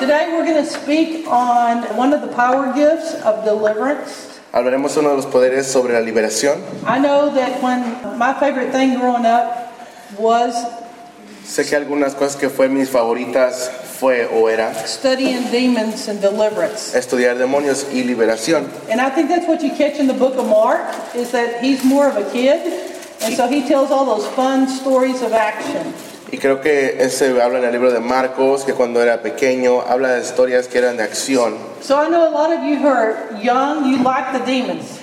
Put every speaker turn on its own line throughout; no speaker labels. Today we're going to speak on one of the power gifts of deliverance.
Hablaremos de uno de los poderes sobre la liberación.
I know that when my favorite thing growing up was
Sé que algunas cosas que fue mis favoritas fue o era
studying demons and deliverance.
estudiar demonios y liberación.
And I think that's what you catch in the book of Mark is that he's more of a kid. And so he tells all those fun stories of action.
Y creo que ese habla en el libro de Marcos, que cuando era pequeño habla de historias que eran de acción.
So I know a lot of you who are young, you like the demons.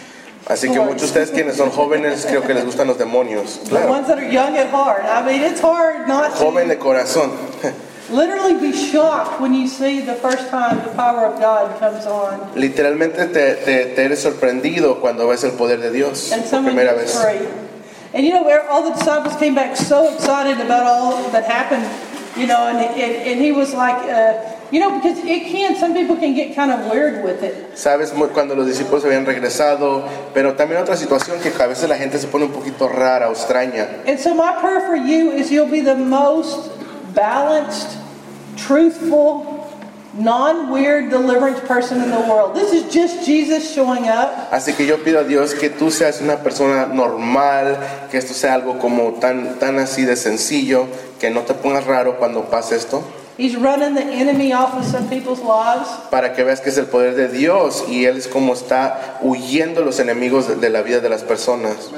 Así que muchos de ustedes quienes son jóvenes creo que les gustan los demonios.
The
Claro.
ones that are young at heart. I mean, it's hard not
Joven
to
de corazón.
literally be shocked when you see the first time the power of God comes on
Literalmente te, te- te eres sorprendido cuando ves el poder de Dios
and
por
someone
primera
gets
vez.
free. And you know, where all the disciples came back so excited about all that happened, you know, and, and, and he was like, uh, you know, because it can, some people can get kind of weird with it.
Sabes muy- cuando los discípulos habían regresado, pero también otra situación que a veces la gente se pone un poquito rara o extraña.
And so my prayer for you is you'll be the most balanced, truthful, non-weird deliverance person in the world. This is just Jesus showing up.
Así que yo pido a Dios que tú seas una persona normal, que esto sea algo como tan, tan así de sencillo, que no te pongas raro cuando pase esto,
He's running the enemy off of some people's lives.
para que veas que es el poder de Dios y Él es como está huyendo los enemigos de, de la vida de las personas.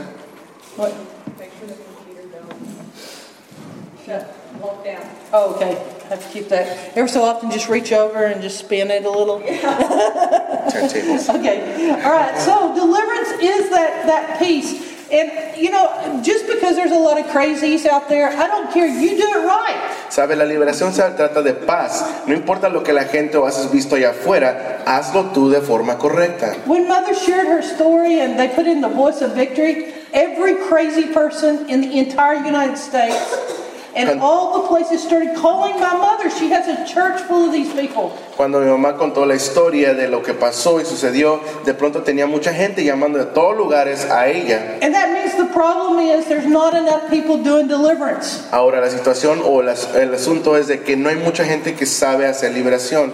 What?
Make sure the computer don't shut, won't down.
Oh, okay. I have to keep that. Every so often, just reach over and just spin it a little.
Turntables.
Okay. All right. So deliverance is that that piece, and you know, just because there's a lot of crazies out there, I don't care. You do it right.
Sabes, la liberación se trata de paz. No importa lo que la gente o has visto allá afuera, hazlo tú de forma correcta.
When Mother shared her story and they put in the voice of victory, every crazy person in the entire United States and
Con-
all the places started calling my mother. She has a church full of these people.
Cuando mi mamá contó la historia de lo que pasó y sucedió, de pronto tenía mucha gente llamando de todos lugares a ella.
And that means the problem is there's not enough people doing deliverance.
Ahora la situación o las- el asunto es de que no hay mucha gente que sabe hacer liberación.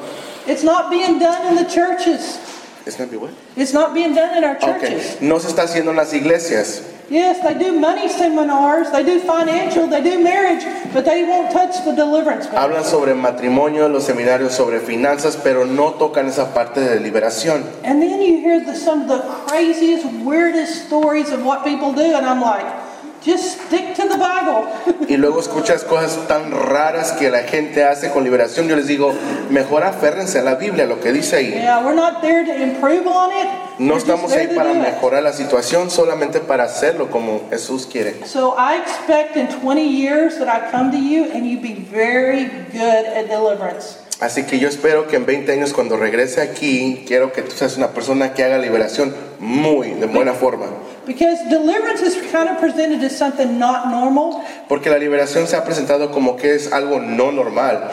It's not being done in the churches.
It's not the way.
It's not being done in our churches.
Okay. No se está haciendo en las iglesias.
Yes, they do money seminars, they do financial, they do marriage, but they won't touch the deliverance. part.
Hablan sobre matrimonio en los seminarios, sobre finanzas, pero no tocan esa parte de liberación.
And then you hear the, some of the craziest, weirdest stories of what people do, and I'm like, just stick to the Bible.
Y luego escuchas cosas tan raras que la gente hace con liberación. Yo les digo, mejor aférrense a la Biblia, a lo que dice ahí.
yeah, we're not there to improve on it.
No
We're just
estamos
there
ahí
to
para
do it.
mejorar la situación, solamente para hacerlo como Jesús quiere.
So I expect in 20 years that I come to you and you be very good at deliverance.
Así que yo espero que en 20 años cuando regrese aquí, quiero que tú seas una persona que haga liberación muy de buena forma.
Because deliverance is kind of presented as something not normal,
Porque la liberación se ha presentado como que es algo no normal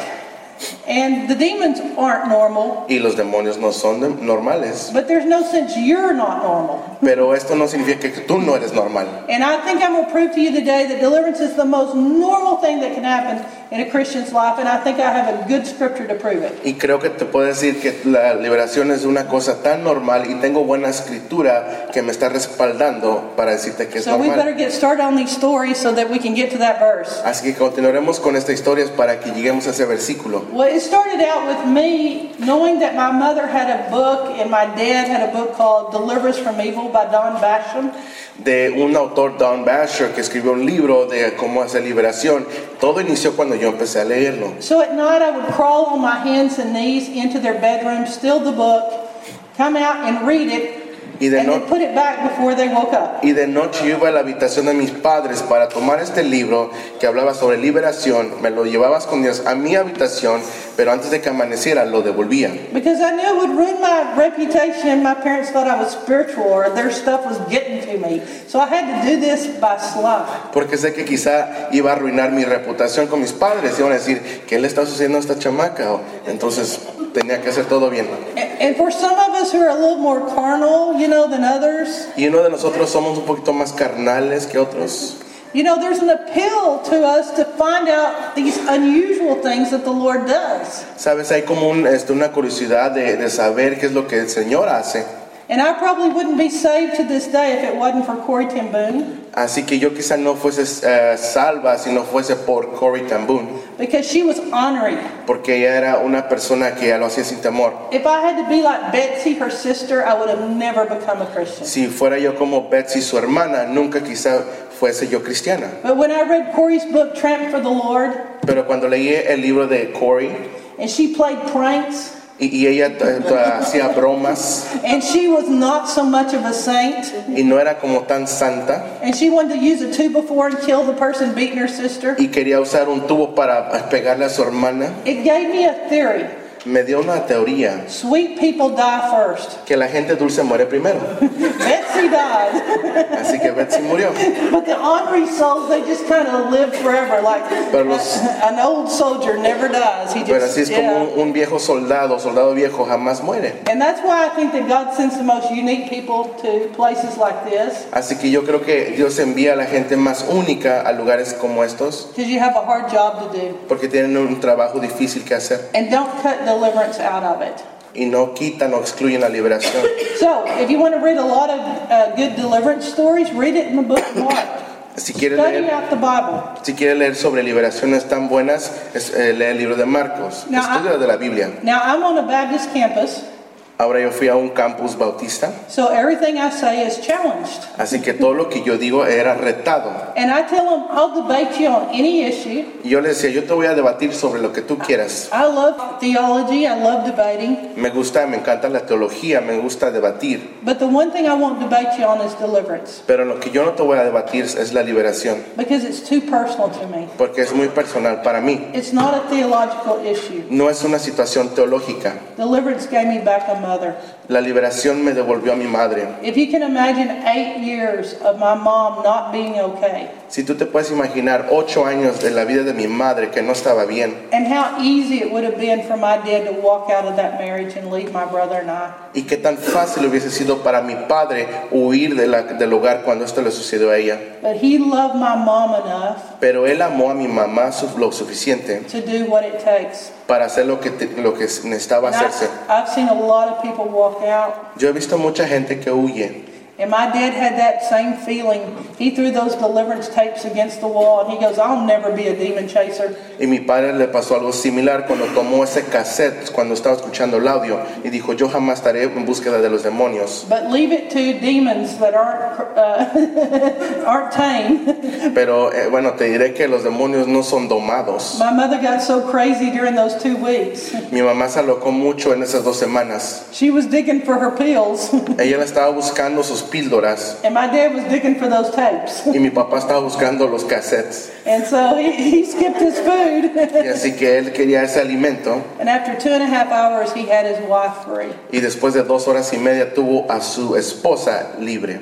and the demons aren't normal,
y los demonios no son de- normales.
but there's no sense you're not normal.
Pero esto no significa que tú no eres normal.
And I think I'm going to prove to you today that deliverance is the most normal thing that can happen in a Christian's life, and I think I have a good scripture to prove it.
Y creo que te puedo decir que la liberación es una cosa tan normal y tengo buena escritura que me está respaldando para decirte que es
So we
normal.
better get started on these stories so that we can get to that verse.
Así que continuaremos con esta historia para que lleguemos a ese versículo.
Well, it started out with me knowing that my mother had a book and my dad had a book called Deliver Us from Evil by Don Basham.
De un autor, Don Basher, que escribió un libro de cómo hacer liberación. Todo inició cuando yo empecé a leerlo.
So at night I would crawl on my hands and knees into their bedroom, steal the book, come out and read it,
Y de,
and
no-
then put it back before they woke up.
y de noche yo iba a la habitación de mis padres para tomar este libro que hablaba sobre liberación. Me lo llevaba a escondidas a mi habitación, pero antes de que amaneciera lo devolvía.
Because I knew it would ruin my reputation. My parents thought I was spiritual or their stuff was getting to me. So I had to do this by slide.
Porque sé que quizá iba a arruinar mi reputación con mis padres. Iban a decir, ¿qué le está sucediendo a esta chamaca? O- Entonces tenía que hacer todo bien.
And- And for some of us who are a little more carnal, you know, than others,
Y uno de nosotros somos un poquito más carnales que otros.
you know, there's an appeal to us to find out these unusual things that the Lord does.
Sabes, hay como un, este, una curiosidad de, de saber qué es lo que el Señor hace.
And I probably wouldn't be saved to this day if it wasn't for Corey Ten Boom,
Así que yo quizá no fuese eh, salva si no fuese por Cory Tamboon,
because she was honoring.
porque ella era una persona que lo hacía sin temor.
If I had to be like Betsy, her sister, I would have never become a Christian.
Si fuera yo como Betsy, su hermana, nunca quizá fuese yo cristiana.
But when I read Corey's book, Tramp for the Lord,
Pero cuando leí el libro de Cory
and she played pranks,
y, y ella t- t- hacía bromas
and she was not so much of a saint,
y no era como tan santa
and she wanted to use a two before and kill the person beating her sister,
y quería usar un tubo para pegarle a su hermana,
it gave me a theory.
me dio una teoría
Sweet people die first.
que la gente dulce muere primero.
Betsy died.
Así que Betsy murió.
But the honorary souls, they just kind of live forever. Like
Pero los-
an old soldier never dies. He just,
Pero así es
yeah.
como un, un viejo soldado, soldado viejo jamás muere.
And that's why I think that God sends the most unique people to places like this,
Así que yo creo que Dios envía a la gente más única a lugares como estos
because you have a hard job to do.
porque tienen un trabajo difícil que hacer
And don't cut deliverance out of it.
y no quitan o excluyen la liberación.
So, if you want to read a lot of uh, good deliverance stories, read it in the book of Mark.
Si quieres
Study
leer,
out the Bible.
si quieres leer sobre liberaciones tan buenas, es, eh, lee el libro de Marcos,
No, ah.
estudia de la Biblia.
Now, I'm on a Baptist campus,
Ahora yo fui a un campus bautista,
so everything I say is challenged.
así que todo lo que yo digo era retado.
And I tell them, I'll debate you on any issue.
Y yo le decía, yo te voy a debatir sobre lo que tú quieras.
I love theology, I love debating,
Me gusta, me encanta la teología, me gusta debatir.
but the one thing I won't debate you on is deliverance,
Pero lo que yo no te voy a debatir es la liberación,
because it's too personal to me.
porque es muy personal para mí.
It's not a theological issue.
No es una situación teológica.
Deliverance gave me back a mother.
La liberación me devolvió a mi madre.
If you can imagine eight years of my mom not being okay,
Si tú te puedes imaginar ocho años de la vida de mi madre que no estaba bien
and how easy it would have been for my dad to walk out of that marriage and leave my brother and I.
y qué tan fácil hubiese sido para mi padre huir de la- del hogar cuando esto le sucedió a ella.
But he loved my mom enough
Pero él amó a mi mamá su- lo suficiente
to do what it takes.
para hacer lo que, te- lo que necesitaba
And
hacerse.
I, I've seen a lot of people walk out,
Yo he visto mucha gente que huye
and my dad had that same feeling. He threw those deliverance tapes against the wall, and he goes, I'll never be a demon chaser.
Y mi padre le pasó algo similar cuando tomó ese cassette, cuando estaba escuchando el audio, y dijo, yo jamás estaré en búsqueda de los demonios.
But leave it to demons that aren't, uh, aren't tame.
Pero eh, bueno, te diré que los demonios no son domados.
My mother got so crazy during those two weeks.
Mi mamá se alocó mucho en esas dos semanas.
She was digging for her pills, and
Ella la estaba buscando sus píldoras
my dad was digging for those tapes.
y mi papá estaba buscando los cassettes.
And so he, he skipped his food.
Y así que él quería ese alimento
And after two and a half hours, he had his wife free.
y después de dos horas y media tuvo a su esposa libre.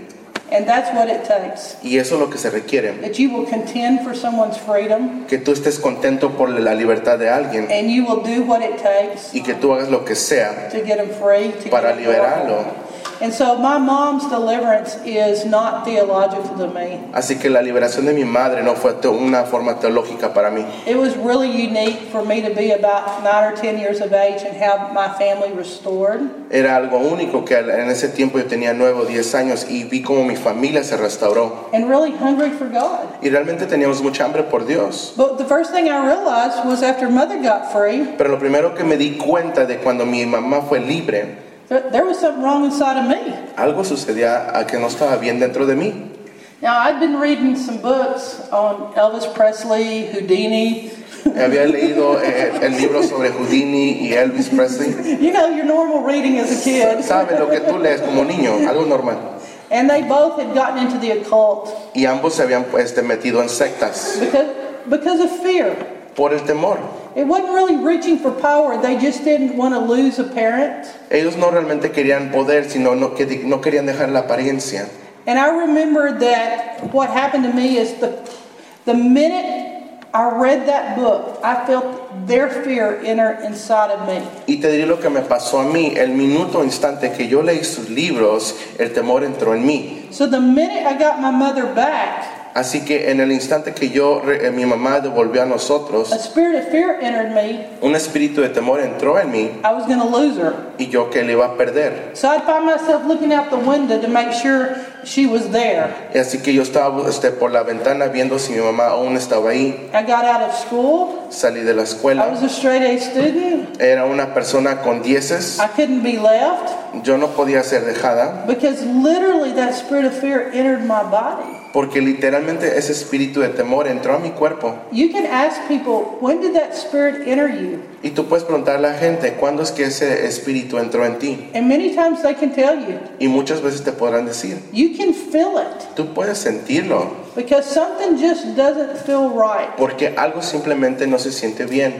And that's what it takes.
Y eso es lo que se requiere,
That you will contend for someone's freedom,
que tú estés contento por la libertad de alguien
and you will do what it takes
y que tú hagas lo que sea
to get them free. To
para
get 'em
liberarlo.
And so my mom's deliverance is not theological to me.
Así que la liberación de mi madre no fue te- una forma teológica para mí.
It was really unique for me to be about nine or ten years of age and have my family restored.
Era algo único que al- en ese tiempo yo tenía 9 o 10 años y vi cómo mi familia se restauró.
And really hungry for God.
Y realmente teníamos mucha hambre por Dios.
But the first thing I realized was after mother got free,
Pero lo primero que me di cuenta de cuando mi mamá fue libre,
there, there was something wrong inside of me.
algo sucedía a que no estaba bien dentro de mí.
Now, I'd been reading some books on Elvis Presley, Houdini,
Había leído eh, el libro sobre Houdini y Elvis Presley.
you know, your normal reading as a kid.
Sabes lo que tú lees como niño, algo normal.
And they both had gotten into the occult
Y ambos se habían este, metido en sectas
because, because of fear.
por el temor.
It wasn't really reaching for power, they just didn't want to lose a parent.
Ellos no realmente querían poder, sino no, que, no querían dejar la apariencia.
And I remember that what happened to me is the, the minute I read that book, I felt their fear enter inside of me.
Y te diré lo que me pasó a mí. El minuto instante que yo leí sus libros, el temor entró en mí.
So the minute I got my mother back,
Así que en el instante que yo, re- eh, mi mamá devolvió a nosotros,
A spirit of fear entered me.
un espíritu de temor entró en mí
I was going to lose her.
y yo que le iba a perder.
So I'd find myself looking out the window to make sure she was there.
Y así que yo estaba este, por la ventana viendo si mi mamá aún estaba ahí.
I got out of school.
Salí de la
I
escuela.
was a straight A student.
Era una persona con dieces.
I couldn't be left
Yo no podía ser dejada
because literally that spirit of fear entered my body.
porque literalmente ese espíritu de temor entró a mi cuerpo.
You can ask people, when did that spirit enter you?
Y tú puedes preguntar a la gente, ¿cuándo es que ese espíritu entró en ti?
And many times they can tell you.
Y muchas veces te podrán decir,
You can feel it
tú puedes sentirlo,
because something just doesn't feel right.
porque algo simplemente no se siente bien.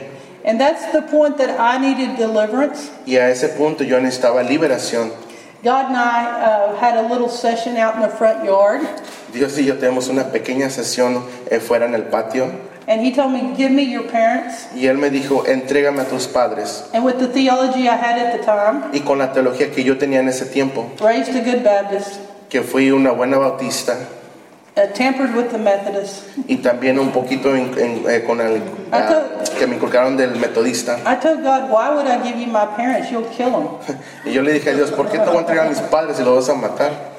And that's the point that I needed deliverance.
Y a ese punto yo necesitaba liberación.
God and I uh, had a little session out in the front yard,
Dios y yo tenemos una pequeña sesión eh, fuera en el patio
and He told me, Give me your parents.
y él me dijo, entrégame a tus padres.
And with the theology I had at the time,
Y con la teología que yo tenía en ese tiempo,
raised a good Baptist,
que fui una buena bautista
uh, tampered with the Methodist,
y también un poquito en- en- eh, con el ah, que me inculcaron del metodista.
I told God, Why would I give you my parents? You'll kill them.
Y yo le dije a Dios, ¿por qué te voy a entregar a mis padres y los vas a matar?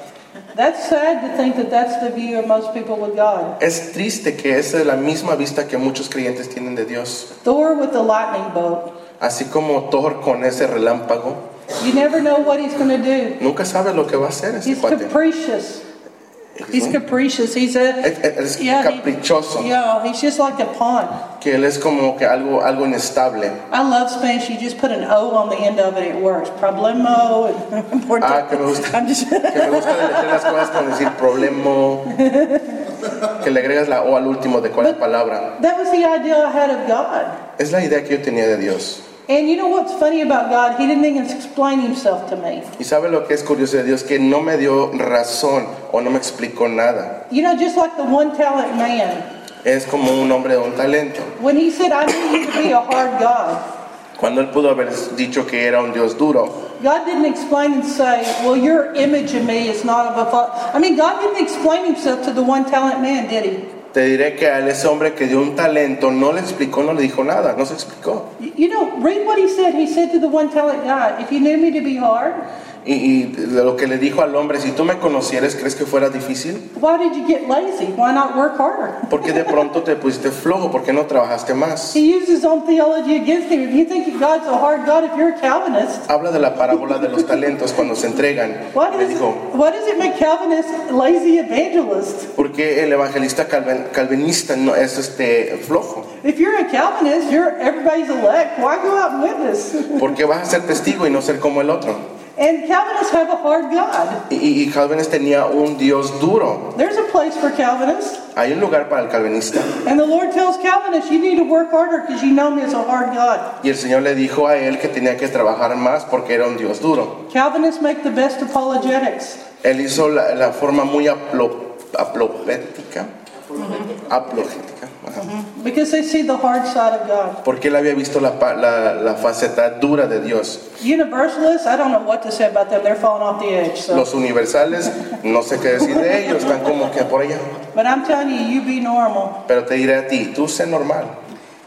That's sad to think that that's the view of most people with God.
Es triste que esa es la misma vista que muchos creyentes tienen de Dios.
Thor with the lightning bolt.
Así como Thor con ese relámpago,
You never know what he's going to do.
nunca sabe lo que va a hacer ese
He's
cuate.
capricious. He's
Es,
capricious. He's a
es- es
yeah, he-
caprichoso,
yeah. He's just like a pawn.
que él es como que algo, algo inestable.
I love Spanish. You just put an O on the end of it, it works. Problemo. and-
Ah, que me gusta,
I'm just.
que me gusta deletrear las cosas con decir problemo, que le agregas la O al último de cuál palabra.
That was the idea I had of God.
Es la idea que yo tenía de Dios.
And you know what's funny about God? He didn't even explain himself to me.
Y sabe lo que es curioso de Dios, que no me dio razón o no me explicó nada.
You know, just like the one talent man,
es como un hombre de un talento.
when he said, "I need you to be a hard God."
Cuando él pudo haber dicho que era un Dios duro,
God didn't explain and say, well, your image of me is not of a father. I mean, God didn't explain himself to the one talent man, did he?
te diré que a ese hombre que dio un talento no le explicó, no le dijo nada, no se explicó.
You- You know, read what he said. He said to the one talent guy, if you knew me to be hard,
Y, y lo que le dijo al hombre, si tú me conocieras, ¿crees que fuera difícil?
why did you get lazy? Why not work harder?
Porque de pronto te pusiste flojo, porque no trabajaste más.
He used his own theology against him. If you think that God's a hard God, if you're a Calvinist,
Habla de la parábola de los talentos cuando se entregan.
why
Le
does,
dijo,
why does it make Calvinists lazy evangelists?
porque el evangelista calvin- calvinista no es este flojo?
If you're a Calvinist, you're everybody's elect. Why go out and witness?
Porque vas a ser testigo y no ser como el otro.
And Calvinists have a hard God.
Y- y- y Calvin tenía un Dios duro.
There's a place for Calvinists.
Hay un lugar para el calvinista.
And the Lord tells Calvinists, you need to work harder because you know me as a hard God.
Y el Señor le dijo a él que tenía que trabajar más porque era un Dios duro.
Calvinists make the best apologetics.
Él hizo la, la forma muy aplo, apologética. Apologética, ajá.
Because they see the hard side of God.
Porque él había visto la, pa- la, la faceta dura de Dios.
Universalists, I don't know what to say about them. They're falling off the edge. So.
Los universales, no sé qué decir de ellos, están como que por allá.
But I'm telling you, you be normal.
Pero te diré a ti, tú sé normal.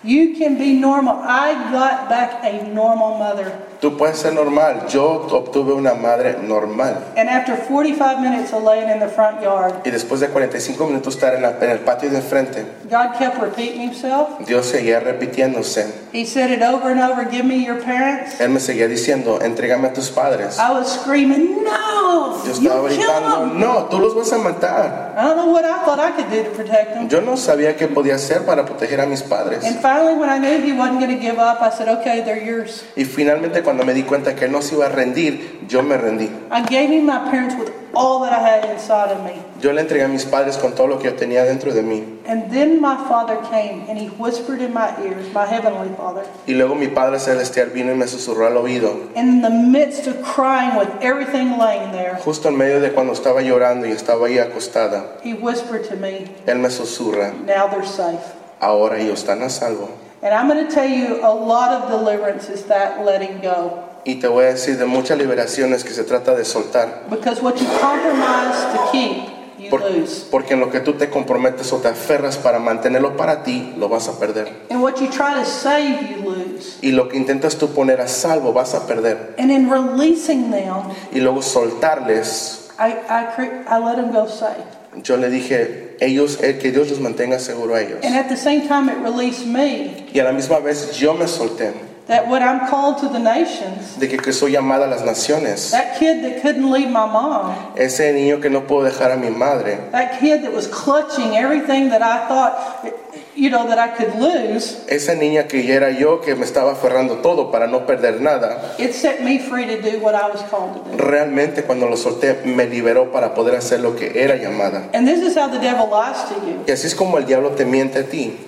You can be normal. I got back a normal mother.
Tú puedes ser normal. Yo obtuve una madre normal.
And after 45 minutes of laying in the front yard,
Y después de 45 minutos estar en, la- en el patio de enfrente,
God kept repeating himself.
Dios seguía repitiéndose.
He said it over and over give me your parents.
Él me seguía diciendo, entrégame a tus padres.
I was screaming, No!
Yo
You
estaba
kill
gritando,
them!
no, tú los vas a matar.
I don't know what I thought I could do to protect him.
Yo no sabía qué podía hacer para proteger a mis padres.
And finally, when I knew he wasn't going to give up, I said, okay, they're yours.
Y finalmente cuando me di cuenta que él no se iba a rendir, yo me rendí.
I gave him my parents with all that I had inside of me.
Yo le entregué a mis padres con todo lo que yo tenía dentro de mí.
And then my father came and he whispered in my ears, my heavenly father.
Y luego mi Padre Celestial vino y me susurró al oído,
And in the midst of crying with everything laying there,
justo en medio de cuando estaba llorando y estaba ahí acostada.
he whispered to me,
Él me susurra,
now they're safe.
ahora ellos están a salvo.
And I'm going to tell you, a lot of deliverance is that letting go.
Y te voy a decir de muchas liberaciones que se trata de soltar.
Because what you compromise to keep you
Por-
lose.
porque en lo que tú te comprometes o te aferras para mantenerlo para ti, lo vas a perder.
And what you try to save, you lose.
Y lo que intentas tú poner a salvo, vas a perder.
And in releasing them,
Y luego soltarles,
I, I, cre- I let them go safe.
yo le dije, ellos, eh, que Dios los mantenga seguro a ellos.
And at the same time, it released me
Y a la misma vez yo me solté
that when I'm called to the nations,
de que, que soy llamada a las naciones.
that kid that couldn't leave my mom,
Ese niño que no puedo dejar a mi madre.
that kid that was clutching everything that I thought, you know, that I could lose,
Esa niña que ya era yo que me estaba aferrando todo para no perder nada.
it set me free to do what I was called to do.
Realmente cuando lo solté me liberó para poder hacer lo que era llamada.
And this is how the devil lies to you.
Y así es como el diablo te miente a ti.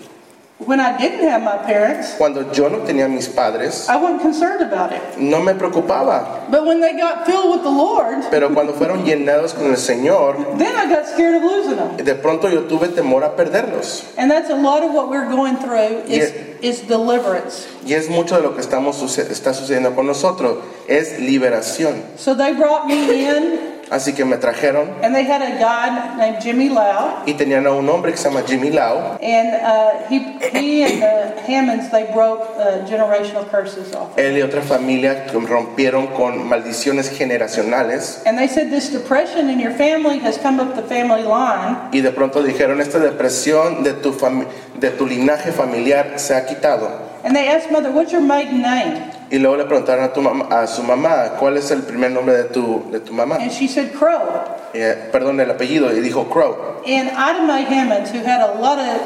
When I didn't have my parents,
Cuando yo no tenía a mis padres,
I wasn't concerned about it.
no me preocupaba.
But when they got filled with the Lord,
Pero cuando fueron llenados con el Señor,
then I got scared of losing them.
de pronto yo tuve temor a perderlos.
And that's a lot of what we're going through is, is deliverance.
Y es mucho de lo que estamos, suce- está sucediendo con nosotros. Es liberación.
So they brought me in,
Así que me trajeron
and they had a guy named Jimmy Lau,
y tenían a un hombre que se llama Jimmy Lau.
and uh, he, he and the Hammonds, they broke uh, generational curses off.
Él y otra familia rompieron con maldiciones generacionales
And they said, This depression in your family has come up the family line,
y de pronto dijeron, esta depresión de tu, fami- de tu linaje familiar se ha quitado.
and they asked Mother, What's your maiden name?
Y luego le preguntaron a, tu mam- a su mamá, ¿cuál es el primer nombre de tu, de tu mamá?
And she said, Crow.
Eh, perdón, el apellido, y dijo Crow.
And Ida Mae Hammonds, who had a lot of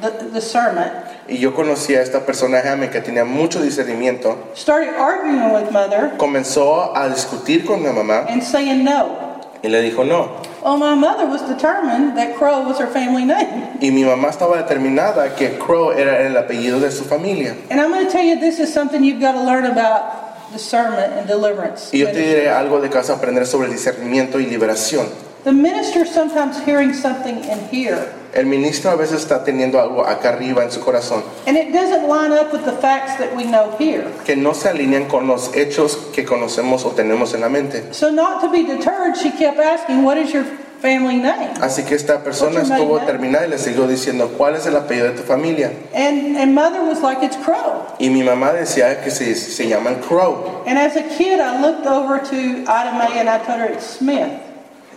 the, the sermon,
Y yo conocí a esta persona, Hammond, que tenía mucho discernimiento.
started arguing with Mother
Comenzó a discutir con la mamá
and saying no.
y le dijo no.
Well, my mother was determined that Crow was her family name.
Y mi mamá estaba determinada que Crow era el apellido de su familia.
And I'm going to tell you, this is something you've got to learn about discernment and deliverance.
Y yo te diré algo de que vas a aprender sobre el discernimiento y liberación.
The minister sometimes hearing something in here,
El ministro a veces está teniendo algo acá arriba en su corazón
and it doesn't line up with the facts that we know here.
que no se alinean con los hechos que conocemos o tenemos en la mente.
So, not to be deterred, she kept asking, What is your family name?
Así que esta persona
Ocho,
estuvo
María.
terminada y le siguió diciendo, ¿cuál es el apellido de tu familia?
And, and mother was like, It's Crow.
Y mi mamá decía que se, se llaman Crow.
And as a kid, I looked over to Ida Mae and I told her it's Smith.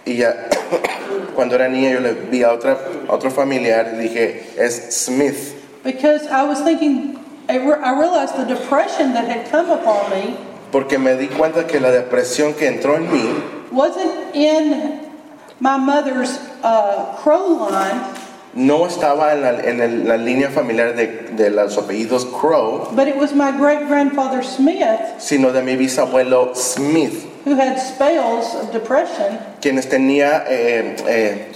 Y ya cuando era niña yo le vi a, otra, a otro familiar y dije, es Smith.
Because I was thinking, I, re- I realized the depression that had come upon me
Porque me di cuenta que la depresión que entró en mí
wasn't in my mother's uh, crow line,
no estaba en la, en el- la línea familiar de, de los apellidos Crow,
but it was my great grandfather Smith
sino de mi bisabuelo Smith,
who had spells of depression.
quienes tenía eh, eh,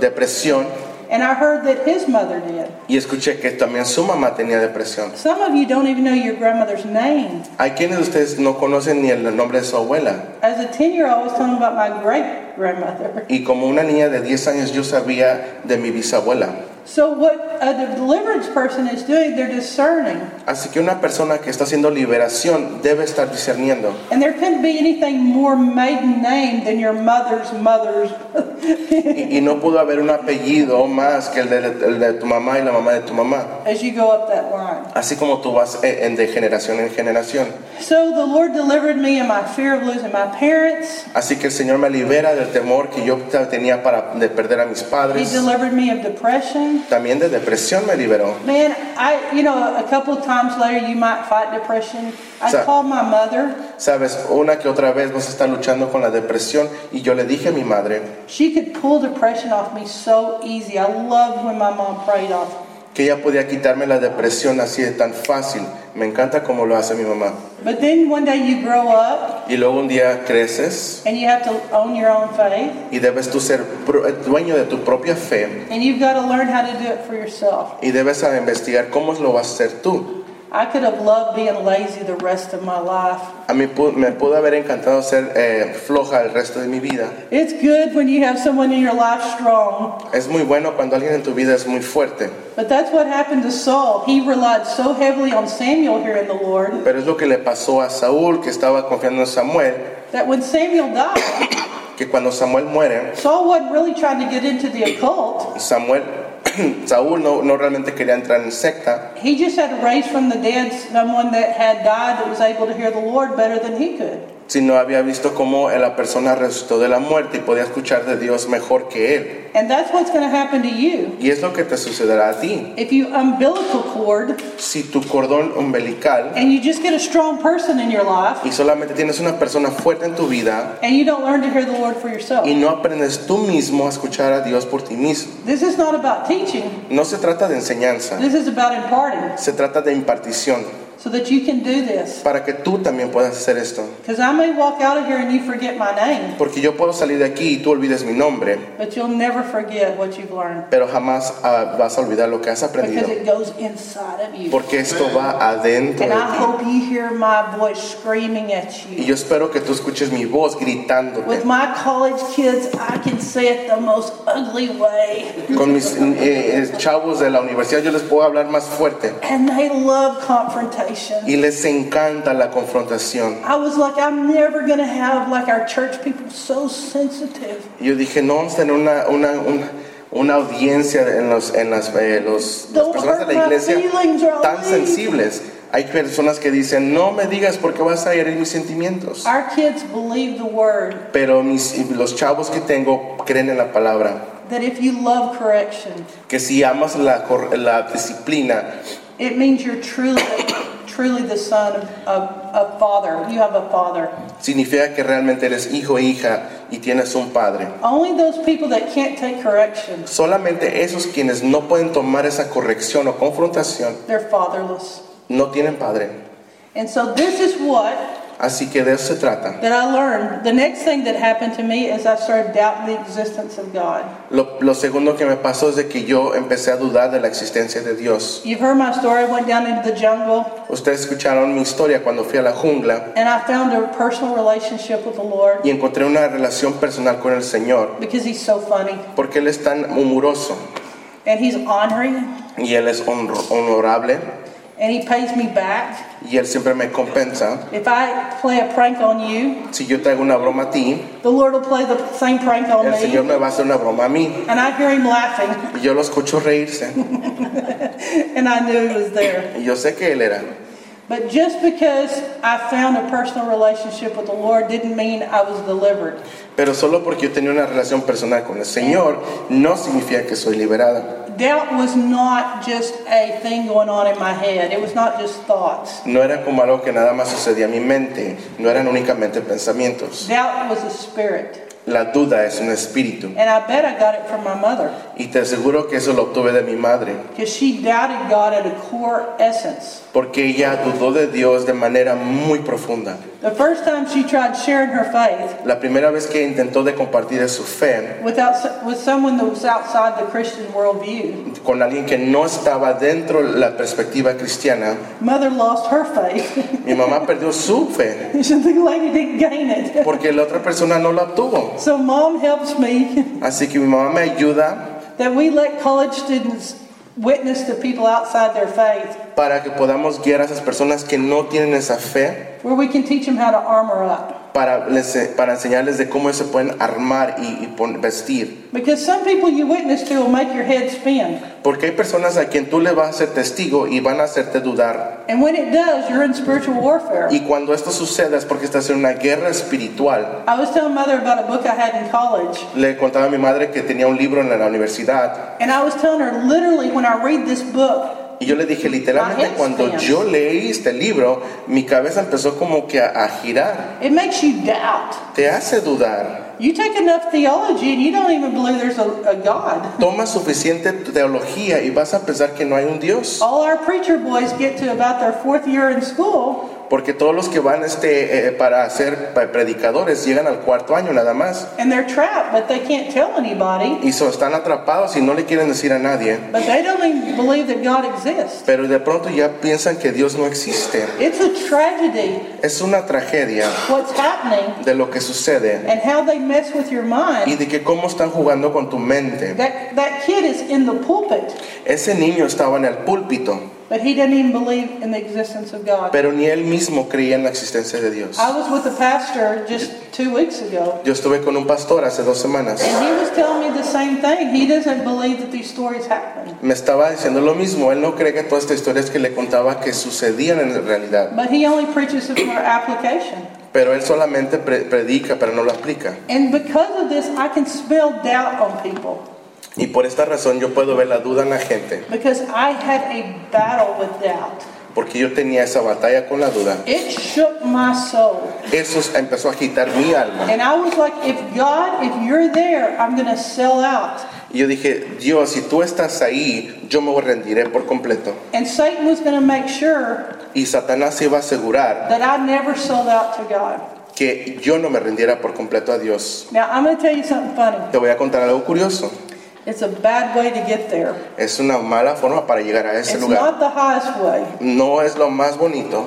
depresión
And I heard that his mother did.
y escuché que también su mamá tenía depresión.
Some of you don't even know your grandmother's name.
Hay quienes de ustedes no conocen ni el nombre de su abuela.
As a 10 year old, I was telling about my great grandmother.
Y como una niña de 10 años yo sabía de mi bisabuela.
So, what a deliverance person is doing, they're discerning.
Así que una persona que está haciendo liberación debe estar discerniendo.
And there couldn't be anything more maiden name than your mother's mother's.
Y, y no pudo haber un apellido más que el de, el de tu mamá y la mamá de tu mamá.
as you go up that line.
Así como tú vas eh, en- de generación en generación.
So the Lord delivered me in my fear of losing my parents.
Así que el Señor me libera del temor que yo ta- tenía para de perder a mis
He
padres.
delivered me of depression.
También de depresión me liberó.
Man, I you know a couple of times later you might fight depression. I
Sir.
called my mother.
Sabes, una que otra vez vas a estar luchando con la depresión y yo le dije a mi madre
She could pull depression off me so easy. I loved when my mom prayed off. me.
que ella podía quitarme la depresión así de tan fácil. Me encanta cómo lo hace mi mamá.
But then one day you grow up
Y luego un día creces
and you have to own your own faith
y debes tú ser pro- eh, dueño de tu propia fe
and you've got to learn how to do it for yourself.
y debes a investigar cómo lo vas a hacer tú.
I could have loved being lazy the rest of my life.
A mí pu- me pudo haber encantado ser eh, floja el resto de mi vida.
It's good when you have someone in your life strong,
Es muy bueno cuando alguien en tu vida es muy fuerte,
but that's what happened to Saul. He relied so heavily on Samuel here in the Lord
pero es lo que le pasó a Saúl, que estaba confiando en Samuel,
that when Samuel died,
que cuando Samuel muere,
Saul wasn't really trying to get into the occult.
Samuel, Saúl no, no realmente quería entrar en secta,
He just had to raise from the dead someone that had died that was able to hear the Lord better than he could.
sino había visto cómo la persona resucitó de la muerte y podía escuchar de Dios mejor que él.
And that's what's going to happen to you.
Y es lo que te sucederá a ti.
If you umbilical cord
Si tu cordón umbilical
and you just get a strong person in your life
y solamente tienes una persona fuerte en tu vida
and you don't learn to hear the Lord for yourself.
y no aprendes tú mismo a escuchar a Dios por ti mismo,
This is not about teaching.
no se trata de enseñanza,
This is about imparting
se trata de impartición
so that you can do this.
para que tú también puedas hacer esto.
Because I may walk out of here and you forget my name,
Porque yo puedo salir de aquí y tú olvides mi nombre,
but you'll never forget what you've learned
pero jamás ah, vas a olvidar lo que has aprendido.
because it goes inside of you.
Porque esto va adentro
And
de
I
ti.
hope you hear my voice screaming at
Y
you.
yo espero que tú escuches mi voz
With
gritándote.
my college kids, I can say it the most ugly way,
Con mis eh, eh, chavos de la universidad yo les puedo hablar más fuerte.
and they love confrontation.
Y les encanta la confrontación.
I was like, I'm never gonna have like our church people so sensitive.
Y Yo dije, no, vamos a tener una, una, una, una audiencia en, los, en las, eh, los- las
Don't
personas de la
hurt my
iglesia
feelings or I'll
tan
leave.
sensibles. Hay personas que dicen, no me digas porque vas a herir mis sentimientos.
Our kids believe the word
Pero mis, los chavos que tengo creen en la palabra.
that if you love correction,
Que si amas la, cor- la disciplina,
it means you're truly, truly the son of, of, of father. You have a father.
significa que realmente eres hijo e hija y tienes un padre.
Only those people that can't take correction,
Solamente esos quienes no pueden tomar esa corrección o confrontación
they're fatherless.
no tienen padre.
And so this is what
Así que de eso se trata.
that I learned. The next thing that happened to me is I started doubting the existence of God.
Lo, lo segundo que me pasó es de que yo empecé a dudar de la existencia de Dios.
You've heard my story. I went down into the jungle
Ustedes escucharon mi historia cuando fui a la jungla
and I found a personal relationship with the Lord
y encontré una relación personal con el Señor,
because He's so funny
porque Él es tan humoroso
and He's honoring
y Él es honor- honorable
and He pays me back.
y Él siempre me compensa.
If I play a prank on you,
Si yo te hago una broma a ti,
the Lord will play the same prank on
el Señor
me.
me va a hacer una broma a mí.
And I hear Him laughing
Y yo lo escucho reírse.
and I knew He was there.
Y yo sé que Él era.
But just because I found a personal relationship with the Lord didn't mean I was delivered.
Pero solo porque yo tenía una relación personal con el Señor no significa que soy liberada.
Doubt was not just a thing going on in my head. It was not just thoughts.
No era como algo que nada más sucedía en mi mente, no eran únicamente pensamientos.
Doubt was a spirit.
La duda es un espíritu
And I bet I got it from my mother
y te aseguro que eso lo obtuve de mi madre,
because she doubted God at a core essence.
porque ella dudó de Dios de manera muy profunda.
The first time she tried sharing her faith
La primera vez que intentó de compartir de su fe
without, with someone that was outside the Christian worldview,
con alguien que no estaba dentro de la perspectiva cristiana,
mother lost her faith.
mi mamá perdió su fe
she the lady didn't gain it.
porque la otra persona no la obtuvo.
So mom helps me
Así que mi mamá me ayuda
that we let college students witness to people outside their faith
para que podamos guiar a esas personas que no tienen esa fe,
where we can teach them how to armor up.
para, les- para enseñarles de cómo se pueden armar y, y pon- vestir.
Because some people you witness to will make your head spin.
Porque hay personas a quien tú le vas a ser testigo y van a hacerte dudar.
And when it does, you're in spiritual warfare.
Y cuando esto suceda es porque estás en una guerra espiritual.
I was telling mother about a book I had in college.
Le contaba a mi madre que tenía un libro en la universidad
And I was telling her, literally, when I read this book,
y yo le dije, literalmente cuando yo leí este libro, mi cabeza empezó como que a, a girar.
it makes you doubt.
Te hace dudar.
You take enough theology and you don't even believe there's a, a God.
Toma suficiente teología y vas a pensar que no hay un Dios.
All our preacher boys get to about their fourth year in school,
Porque todos los que van este, eh, para ser pa- predicadores llegan al cuarto año nada más.
and they're trapped, but they can't tell anybody.
Y so- están atrapados y no le quieren decir a nadie.
But they don't even believe that God exists.
Pero de pronto ya piensan que Dios no existe.
It's a tragedy
Es una tragedia
what's happening
de lo que sucede
and how they mess with your
y
mind.
de que cómo están jugando con tu mente.
That, that kid is in the pulpit,
Ese niño estaba en el púlpito,
but he didn't even believe in the existence of God.
pero ni él mismo creía en la existencia de Dios.
I was with a pastor just two weeks ago,
Yo estuve con un pastor hace dos semanas.
and he was telling me the same thing. He doesn't believe that these stories happen,
Me estaba diciendo lo mismo. Él no cree que todas estas historias que le contaba que sucedían en realidad.
but he only preaches it for application.
Pero él solamente pre- predica, pero no lo aplica.
And because of this, I can spell doubt on people
Y por esta razón yo puedo ver la duda en la gente,
because I had a battle with doubt.
porque yo tenía esa batalla con la duda.
It shook my soul.
Eso empezó a agitar mi alma.
And I was like, if God, if you're there, I'm going to sell out.
Y yo dije, Dios, si tú estás ahí, yo me rendiré por completo.
And Satan was going to make sure
Y Satanás iba a asegurar
that I never sold out to God.
que yo no me rendiera por completo a Dios.
Now, I'm going to tell you something funny.
Te voy a contar algo curioso.
It's a bad way to get there.
Es una mala forma para llegar a ese
It's
lugar.
not the highest way.
No es lo más bonito,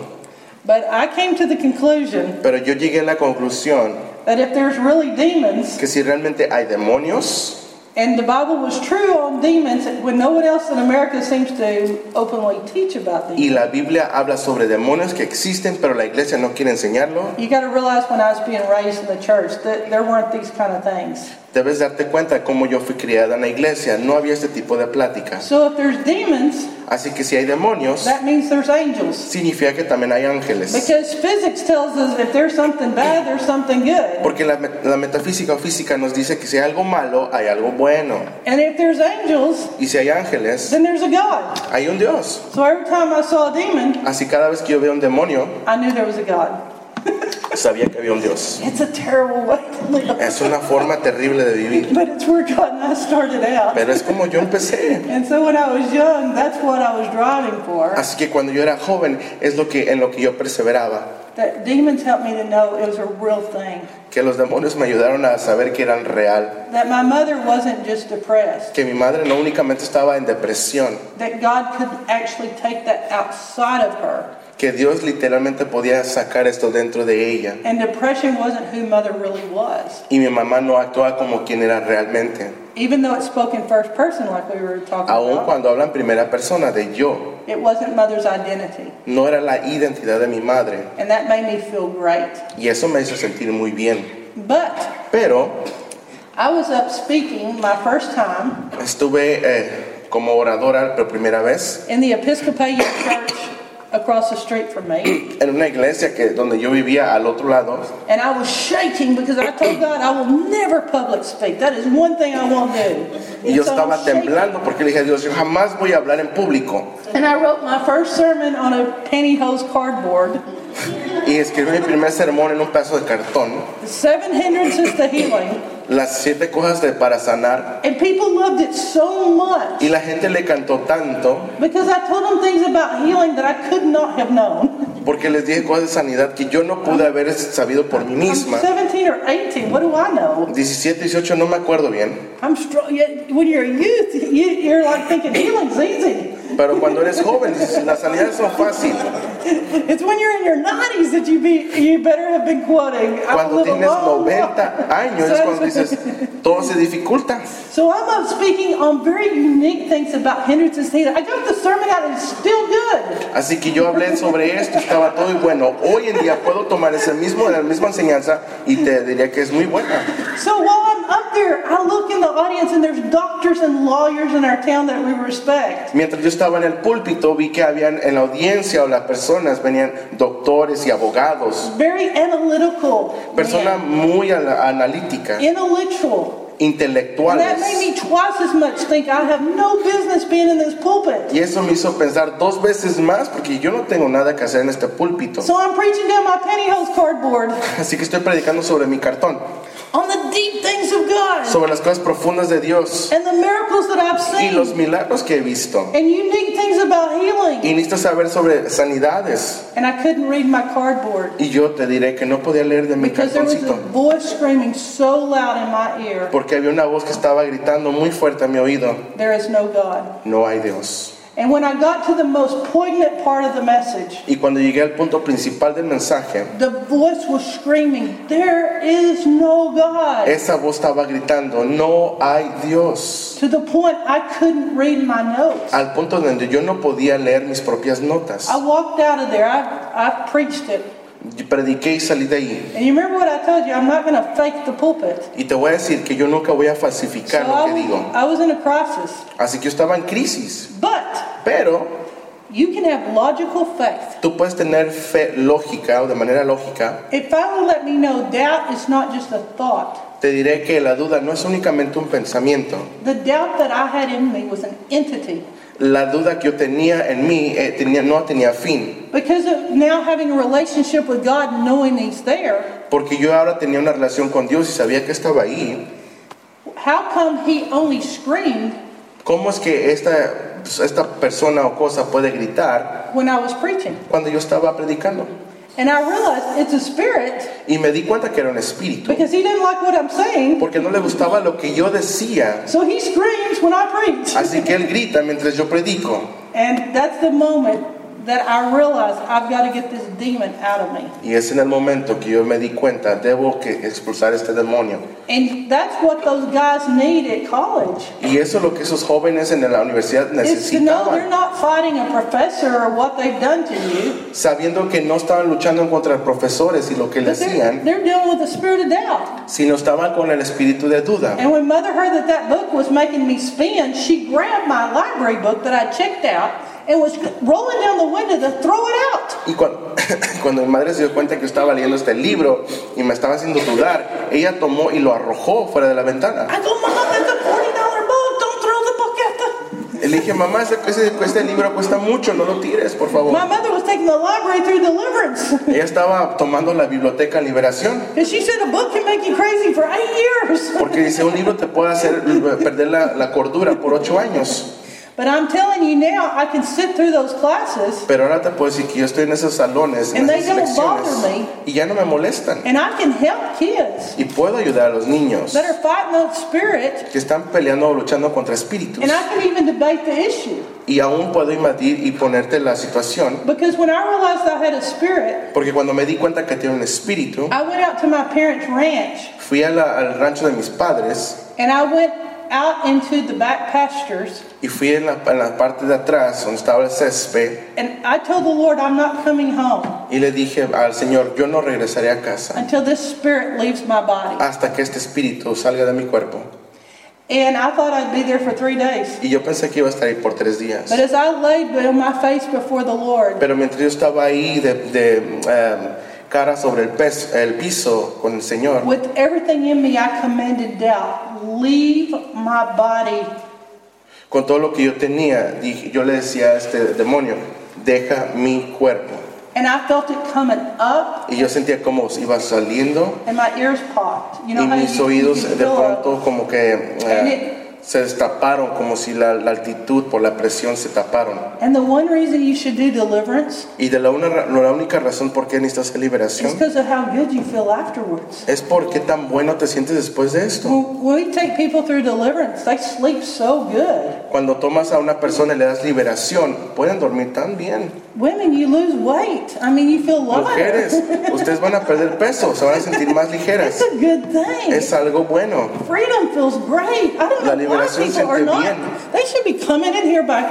But I came to the conclusion
pero yo llegué a la conclusión
that if there's really demons,
que si realmente hay demonios,
and the Bible was true on demons, when no one else in America seems to openly teach about
y
demons,
la Biblia habla sobre demonios que existen, pero la iglesia no quiere enseñarlo,
you got to realize when I was being raised in the church that there weren't these kind of things.
debes darte cuenta cómo yo fui criada en la iglesia. No había este tipo de pláticas.
So if there's demons,
Así que si hay demonios,
that means there's angels.
significa que también hay ángeles.
Because physics tells us if there's something bad, there's something good.
Porque la, met- la metafísica o física nos dice que si hay algo malo, hay algo bueno.
And if there's angels,
Y si hay ángeles,
then there's a God.
hay un Dios.
So every time I saw a demon,
Así cada vez que yo veo un demonio,
I knew there was a God.
sabía que había un Dios.
It's a terrible way to live.
Es una forma terrible de vivir.
But it's where God and I started out.
Pero es como yo empecé.
And so when I was young, that's what I was driving for.
Así que cuando yo era joven, es lo que, en lo que yo perseveraba.
That demons helped me to know it was a real thing.
Que los demonios me ayudaron a saber que eran real.
That my mother wasn't just depressed.
Que mi madre no únicamente estaba en depresión.
That God could actually take that outside of her.
Que Dios literalmente podía sacar esto dentro de ella.
And depression wasn't who mother really was.
Y mi mamá no actuaba como quien era realmente.
Even though it spoke in first person, like we were talking
Aun
about,
cuando hablan primera persona de yo,
it wasn't mother's identity.
no era la identidad de mi madre.
And that made me feel great.
Y eso me hizo sentir muy bien.
But
Pero
I was up speaking my first time
Estuve eh, como oradora por primera vez
in the Episcopalian church across the street from me.
en una iglesia que, donde yo vivía al otro lado
And I was shaking because I told God I will never public speak. That is one thing I won't do.
y yo
And so I was
estaba
shaking.
temblando porque le dije a Dios, yo jamás voy a hablar en público.
And I wrote my first sermon on a pantyhose cardboard.
Y escribí mi primer sermón en un pedazo de cartón,
The seven hindrances to healing.
las siete cosas de para sanar.
And people loved it so much.
Y la gente le cantó tanto
Because I told them things about healing that I could not have known.
porque les dije cosas de sanidad que yo no pude haber sabido por mí
I'm
misma.
17 or 18. What do I know?
17, 18, no me acuerdo bien.
I'm strong. yet When you're a youth, you, you're like thinking healing's easy.
Pero cuando eres joven, dices, las sanidades son fáciles.
It's when you're in your 90s that you be you better have been quoting. I
Cuando
will live a
tienes
long life."
90 años es
So-
cuando dices, todo se dificulta.
So I'm up speaking on very unique things about hindrances to healing. I got the sermon out and it's still good.
Así que yo hablé sobre esto, estaba todo y bueno. Hoy en día puedo tomar ese mismo, la misma enseñanza y te diría que es muy buena.
So while I'm up there, I look in the audience and there's doctors and lawyers in our town that we respect.
Mientras yo estaba en el púlpito, vi que habían en la audiencia o las personas venían doctores y abogados,
Very analytical.
personas
man.
muy ana- analíticas,
Intellectual. And that made
intelectuales.
me twice as much think I have no business being in this pulpit.
Y eso me hizo pensar dos veces más porque yo no tengo nada que hacer en este púlpito.
So I'm preaching down my pantyhose cardboard
Así que estoy predicando sobre mi cartón,
on the deep things of God
sobre las cosas profundas de Dios
and the miracles that I've
y los
seen
milagros que he visto.
and unique things about healing.
Y necesito saber sobre sanidades.
And I couldn't read my cardboard
Y yo te diré que no podía leer de mi
because there was a
cartoncito
voice screaming so loud in my ear,
porque había una voz que estaba gritando muy fuerte a mi oído,
There is no God.
no hay Dios.
And when I got to the most poignant part of the message,
Y cuando llegué al punto principal del mensaje,
the voice was screaming, There is no God!
esa voz estaba gritando, no hay Dios.
To the point I couldn't read my notes.
Al punto donde yo no podía leer mis propias notas.
I walked out of there. I, I preached it.
Yo prediqué y salí de ahí.
And you remember what I told you? I'm not going to fake the pulpit.
Y te voy a decir que yo nunca voy a
So
falsificar lo
I
que
was,
digo.
I was in a crisis.
Así que yo estaba en crisis.
But
Pero
you can have logical faith.
tú puedes tener fe lógica o de manera lógica.
It finally let me know doubt is not just a thought.
Te diré que la duda no es únicamente un pensamiento.
The doubt that I had in me was an entity.
La duda que yo tenía en mí eh, tenía, no tenía fin.
Because of now having a relationship with God and knowing He's there,
Porque yo ahora tenía una relación con Dios y sabía que estaba ahí.
how come He only screamed
¿Cómo es que esta, pues, esta persona o cosa puede gritar
when I was preaching?
cuando yo estaba predicando?
And I realized it's a spirit
Y me di cuenta que era un espíritu.
because He didn't like what I'm saying.
Porque no le gustaba lo que yo decía.
So He screams when I preach.
Así que él grita mientras yo predico.
And that's the moment that I realized I've got to get this demon out of me.
Y es en el momento que yo me di cuenta, debo que expulsar este demonio.
And that's what those guys need at college.
Y eso es lo que esos jóvenes en la universidad
Is to know they're
necesitaban,
not fighting a professor or what they've done to you,
sabiendo que no estaban luchando contra profesores y lo que le
but they're,
hacían,
they're dealing with the spirit of doubt.
sino estaban con el espíritu de duda.
And when mother heard that that book was making me spin, she grabbed my library book that I checked out and was rolling down the window to throw it out.
Y cuando, cuando mi madre se dio cuenta que yo estaba leyendo este libro y me estaba haciendo dudar, ella tomó y lo arrojó fuera de la ventana.
I go, Mom, that's a forty dollar book. Don't throw the book at the.
Y Le dije, mamá, ese- ese- este libro cuesta mucho, no lo tires, por favor.
My mother was taking the library through deliverance.
Ella estaba tomando la biblioteca en liberación.
And she said a book can make you crazy for eight years.
Porque dice, un libro te puede hacer eh, perder la, la cordura por ocho años.
But I'm telling you now, I can sit through those classes
Pero ahora te puedo decir que yo estoy en esos salones,
And
en
they don't
esas
bother
lecciones, y ya no me molestan.
and I can help kids
Y puedo ayudar a los niños
that are fighting that spirit,
que están peleando o luchando contra espíritus.
and I can even debate the issue.
Y aún puedo invadir y ponerte la situación.
Because when I realized I had a spirit,
Porque cuando me di cuenta que tiene un espíritu,
I went out to my parents' ranch
fui a la- al rancho de mis padres
and I went out into the back pastures
y fui en la, en la parte de atrás donde estaba el césped
and I told the Lord, I'm not coming home
y le dije al Señor, yo no regresaré a casa
until this spirit leaves my body.
hasta que este espíritu salga de mi cuerpo.
And I thought I'd be there for three days.
Y yo pensé que iba a estar ahí por tres días.
But as I laid on my face before the Lord,
Pero mientras yo estaba ahí de, de, em, cara sobre el, pes- el piso con el Señor,
With everything in me, I commanded doubt, leave my body.
con todo lo que yo tenía, dije- yo le decía a este demonio, deja mi cuerpo.
And I felt it coming up,
Y yo sentía como iba saliendo
and my ears popped. You know
y
how
mis
you, you
oídos
can
de
feel a-
pronto como que eh, se destaparon, como si la, la altitud por la presión se taparon.
And the one reason you should do deliverance
Y de la, una ra- la única razón por qué necesitas
is
liberación
because of how good you feel afterwards.
es porque tan bueno te sientes después de esto.
When when we take people through deliverance, they sleep so good.
Cuando tomas a una persona y le das liberación, pueden dormir tan bien.
Women, you lose weight. I mean, you feel lighter.
Mujeres, ustedes van a perder peso, se van a sentir más
It's
ligeras.
a good thing.
Es algo bueno.
Freedom feels great. I don't know
La
why
liberación
people are
siente
not.
bien.
They should be coming in here by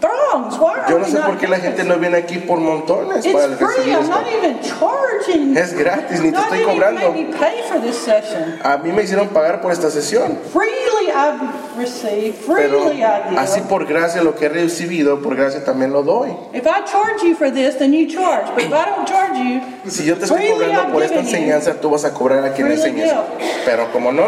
throngs. Why are
Yo
we
no sé
not
por qué la
doing
gente
this?
no viene aquí por montones para
It's free.
recibir
I'm
esto.
not even charging.
Es gratis, ni te
God
estoy
didn't even make
cobrando.
me pay for this session.
A mí me hicieron pagar por esta sesión,
Freely I've received.
pero
Freely I
así
give.
por gracia lo que he recibido, por gracia también lo doy.
If I charge you for this, then you charge. But if I don't charge you,
Si yo te estoy cobrando por esta enseñanza, tú vas a cobrar a quien enseñes. Pero como no,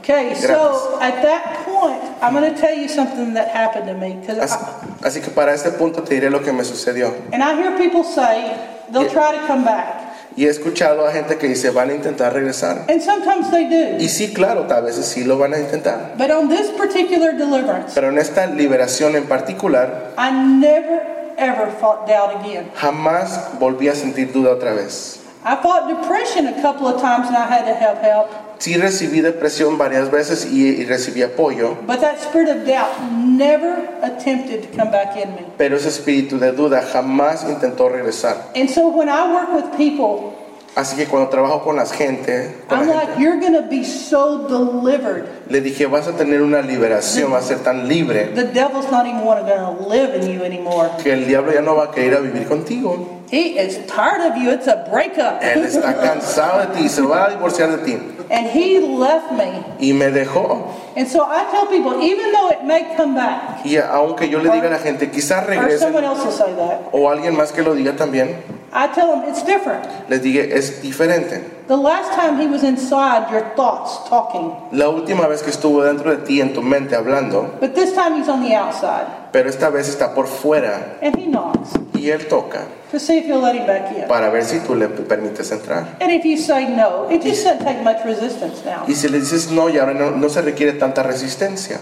okay. So at that point, I'm going to tell you something that happened to me because,
así, así que para este punto te diré lo que me sucedió.
and I hear people say they'll try to come back.
Y he escuchado a gente que dice, van a intentar regresar.
And sometimes they do.
Y sí, claro, a veces sí lo van a intentar.
But on this particular deliverance,
Pero en esta liberación en particular,
I never ever fought doubt again.
jamás volví a sentir duda otra vez.
I fought depression a couple of times and I had to have help.
sí recibí depresión varias veces y, y recibí apoyo,
But that spirit of doubt never attempted to come back in me.
pero ese espíritu de duda jamás intentó regresar.
And so when I work with people,
Así que cuando trabajo con las gente, con la
I'm
gente,
like, you're going to be so delivered.
le dije, vas a tener una liberación, vas a ser tan libre
The devil's not even going to live in you anymore.
que el diablo ya no va a querer a vivir contigo.
He is tired of you. It's a breakup.
Él está cansado de ti, se va a divorciar de ti.
and he left me.
Y me dejó.
And so I tell people, even though it may come back,
Y aunque yo le diga a la gente, quizás
or
regrese,
someone else will say that,
o alguien más que lo diga también,
I tell them it's different.
les dije, es diferente.
The last time he was inside your thoughts talking,
La última vez que estuvo dentro de ti, en tu mente, hablando,
but this time he's on the outside
pero esta vez está por fuera
and he knocks
y él toca
to see if you'll let him back in.
para ver si tú le permites entrar.
And if you say no, it just doesn't take much resistance now.
Y si le dices no y ahora no, no se requiere tanta resistencia,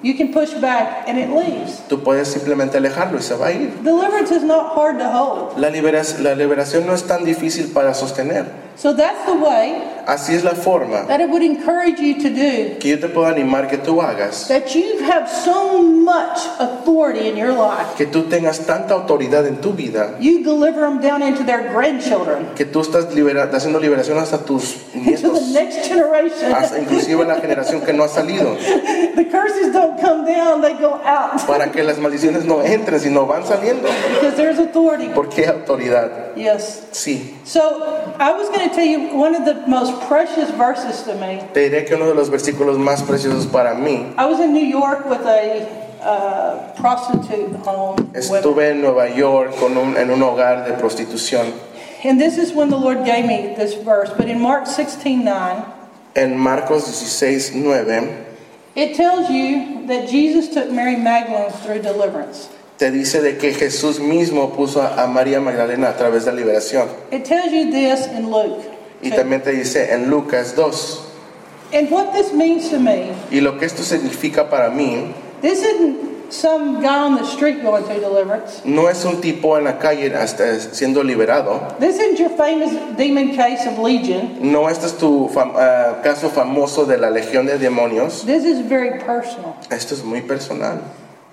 You can push back and it leaves.
tú puedes simplemente alejarlo y se va a ir.
Deliverance is not hard to hold.
La, liberación, la liberación no es tan difícil para sostener.
So that's the way
Así es la forma
that it would encourage you to do
que yo te puedo animar que tú hagas,
that you have so much authority in your life.
que tú tengas tanta autoridad en tu vida
You deliver them down into their grandchildren,
que tú estás libera- haciendo liberación hasta tus
into the
nietos,
next generation.
hasta inclusive la generación que no ha salido,
The curses don't come down, they go out
para que las maldiciones no entren, sino van saliendo.
because there's authority.
Porque hay autoridad,
Yes.
sí.
So I was going to tell you one of the most precious verses to me.
Te diré que uno de los versículos más preciosos para mí,
I was in New York with a uh, prostitute home, women,
estuve en Nueva York con un- en un hogar de prostitución.
and this is when the Lord gave me this verse. But in Mark 16:9,
En Marcos 16, 9,
it tells you that Jesus took Mary Magdalene through deliverance.
te dice de que Jesús mismo puso a, a María Magdalena a través de la liberación.
It tells you this in Luke.
Y
too.
también te dice en Lucas 2.
And what this means to me,
Y lo que esto significa para mí
this isn't some guy on the street going through deliverance.
No es un tipo en la calle hasta siendo liberado.
This isn't your famous demon case of legion.
No, este es tu fam- ah, caso famoso de la legión de demonios.
This is very personal.
Esto es muy personal.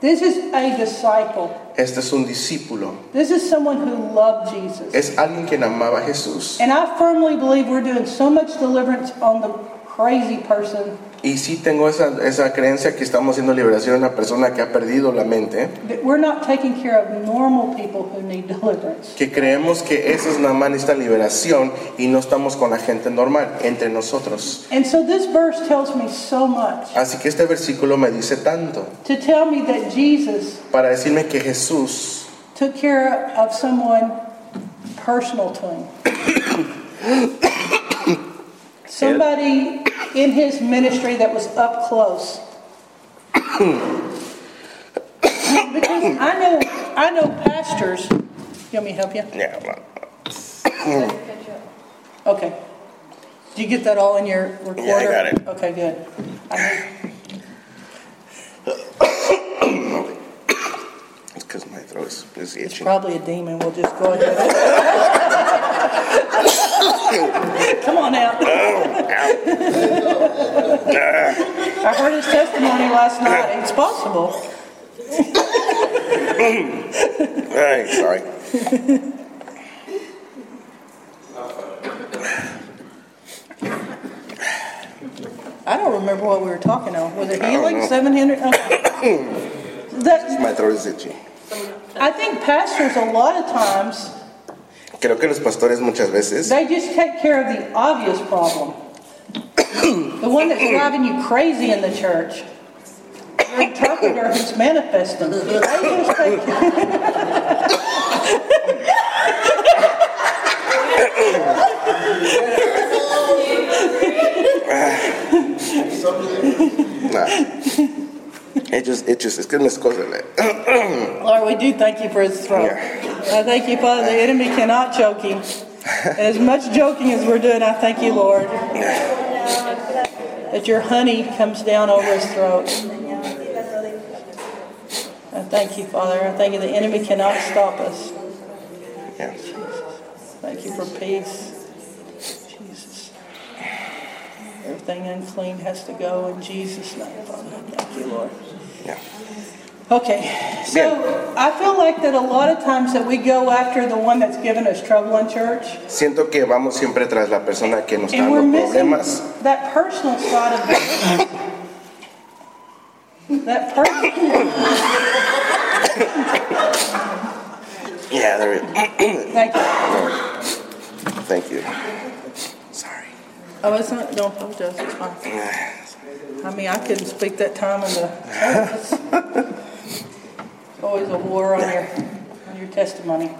This is a disciple.
Este es un discípulo.
This is someone who loved Jesus.
Es alguien que amaba a Jesús.
And I firmly believe we're doing so much deliverance on the crazy person
Y sí tengo esa, esa creencia que estamos haciendo liberación a una persona que ha perdido la mente,
that we're not taking care of normal people who need deliverance.
que creemos que esa es nada más esta liberación y no estamos con la gente normal, entre nosotros.
And so this verse tells me so much
Así que este versículo me dice tanto
to tell me that Jesus
para decirme que Jesús
took care of someone personal to him. Somebody in his ministry that was up close. because I know I know pastors. You want me to help you?
Catch up.
Okay. Do you get that all in your recorder?
Yeah, I got it.
Okay, good. I need-
It's because my throat is, is
It's
itching.
probably a demon. We'll just go ahead. Come on out.
Oh,
I heard his testimony last night. It's possible.
Ay, sorry.
I don't remember what we were talking on. Was it
I don't
healing?
know.
700? Okay. That,
My throat is itching.
I think pastors, a lot of times,
Creo que los pastores muchas veces
They just take care of the obvious problem. the one that's driving you crazy in the church. Your interpreter who's manifesting. They just take-
nah. Ellos, ellos, es que me esconden.
Lord, we do thank you for his throne. I thank you, Father, the enemy cannot choke him. As much joking as we're doing, I thank you, Lord, that your honey comes down over his throat. I thank you, Father. I thank you, the enemy cannot stop us.
Yeah.
Thank you for peace. Jesus. Everything unclean has to go in Jesus' name, Father. Thank you, Lord.
Yeah.
Okay, so I feel like that a lot of times that we go after the one that's given us trouble in church.
Siento que vamos siempre tras la persona que nos está
And we're
dando
missing
problemas.
that personal side of it. that personal.
Yeah, there it-
Thank you.
Thank you. Sorry. Ah,
Oh, it's not. Don't apologize. It's fine. I mean, I couldn't speak that time in the service. Always a war on your on your testimony.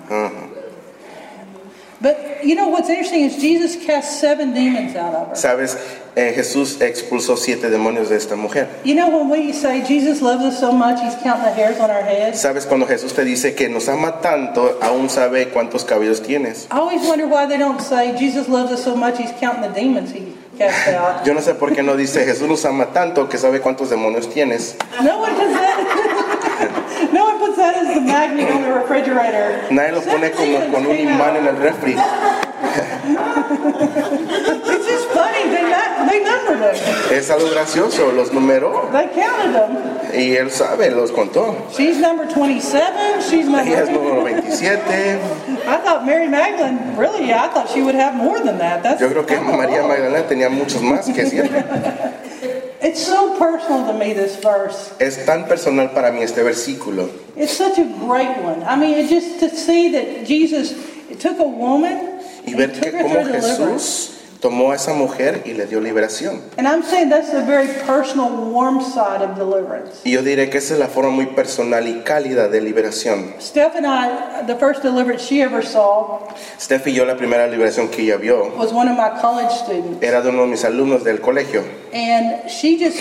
But you know what's interesting is Jesus cast seven demons out of her.
Sabes, Eh, Jesús expulsó siete demonios de esta mujer.
You know when we say Jesus loves us so much, He's counting the hairs on our heads.
Sabes, cuando Jesús te dice que nos ama tanto, aún sabe cuántos cabellos tienes.
I always wonder why they don't say Jesus loves us so much he's counting the demons he cast out.
Yo no sé por qué no dice Jesús nos ama tanto que sabe cuántos demonios tienes.
No one does that. no one puts that as the magnet on the refrigerator.
Nadie lo pone como con un imán en el refri.
It's just funny. They, ma- they numbered them.
Es algo gracioso, los numeró
They counted them.
y él sabe, los contó.
She's number 27. She's
Ella es número
number.
27.
I thought Mary Magdalene, really, yeah, I thought she would have more than that. That's
Yo creo que
kind of
María
low.
Magdalena tenía muchos más que siete.
It's so personal to me, this verse.
Es tan personal para mí este versículo.
It's such a great one. I mean, it just to see that Jesus took a woman
Y
and
ver
took
que
her
cómo
through deliverance.
Jesús tomó a esa mujer y le dio liberación.
And I'm saying that's the very personal, warm side of deliverance.
Y yo diré que esa es la forma muy personal y cálida de liberación.
Steph and I, the first deliverance she ever saw
Steph y yo la primera liberación que ella vio
was one of my college students.
era de uno de mis alumnos del colegio
And she just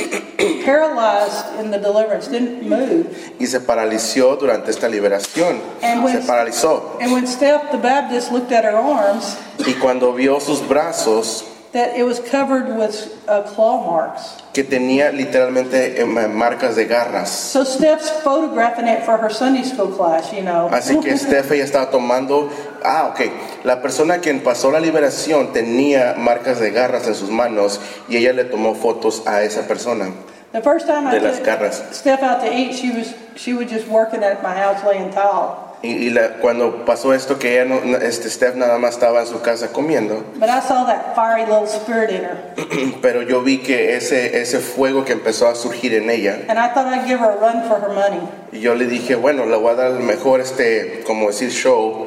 paralyzed in the deliverance, didn't move.
y se paralizó durante esta liberación.
And when-
Se paralizó.
And when Steph the Baptist looked at her arms,
Y cuando vio sus brazos
that it was covered with uh, claw marks.
que tenía literalmente eh, ma- marcas de garras.
So Steph's photographing it for her Sunday school class, you know.
Así que Steph ya estaba tomando. Ah, ok. La persona quien pasó la liberación tenía marcas de garras en sus manos y ella le tomó fotos a esa persona.
The first time I
De las
took
garras.
Steph out to eat, she was she was just working at my house laying tile.
Y, y la- cuando pasó esto, que ella no, este, Steph nada más estaba en su casa comiendo,
But I saw that fiery little spirit in her,
pero yo vi que ese, ese fuego que empezó a surgir en ella,
and I thought I'd give her a run for her money.
y yo le dije, bueno, le voy a dar el mejor, este, como decir, show.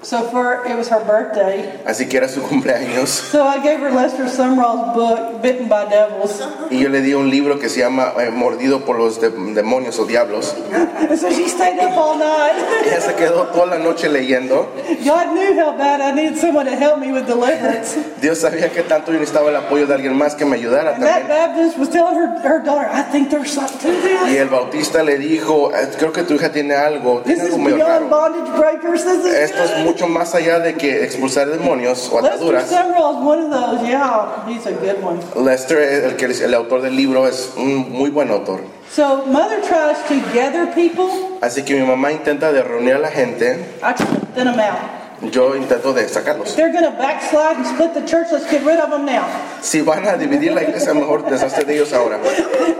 So for it was her birthday,
Así que era su cumpleaños.
so I gave her Lester Sumrall's book, Bitten by Devils,
Y yo le di un libro que se llama eh, Mordido por los de- demonios o diablos.
and so she stayed up all night.
Ella se quedó toda la noche leyendo.
God knew how bad I needed someone to help me with deliverance,
Dios sabía que tanto yo necesitaba el apoyo de alguien más que me ayudara
and that
también.
Baptist was telling her her daughter, "I think there's something to
Y
this.
el bautista le dijo, "Eh, creo que tu hija tiene algo,
This
tiene
is
algo medio
beyond
raro.
bondage breakers. This is
Esto es
good."
mucho más allá de que expulsar demonios o
Lester
ataduras.
Sumrall's one of those. Yeah, he's a good one.
Lester, el, que, el autor del libro, es un muy buen autor.
So mother tries to gather people.
Así que mi mamá intenta de reunir a la gente,
I try to thin them out.
yo intento de sacarlos.
They're going to backslide and split the church. Let's get rid of them now.
Si van a dividir la iglesia, mejor deshacer de ellos ahora.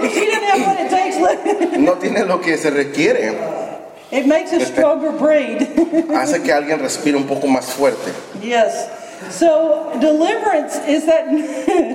If she didn't have what it takes, look,
No tiene lo que se requiere.
it makes a stronger breed.
Hace que alguien respire un poco más fuerte.
yes. So deliverance is that.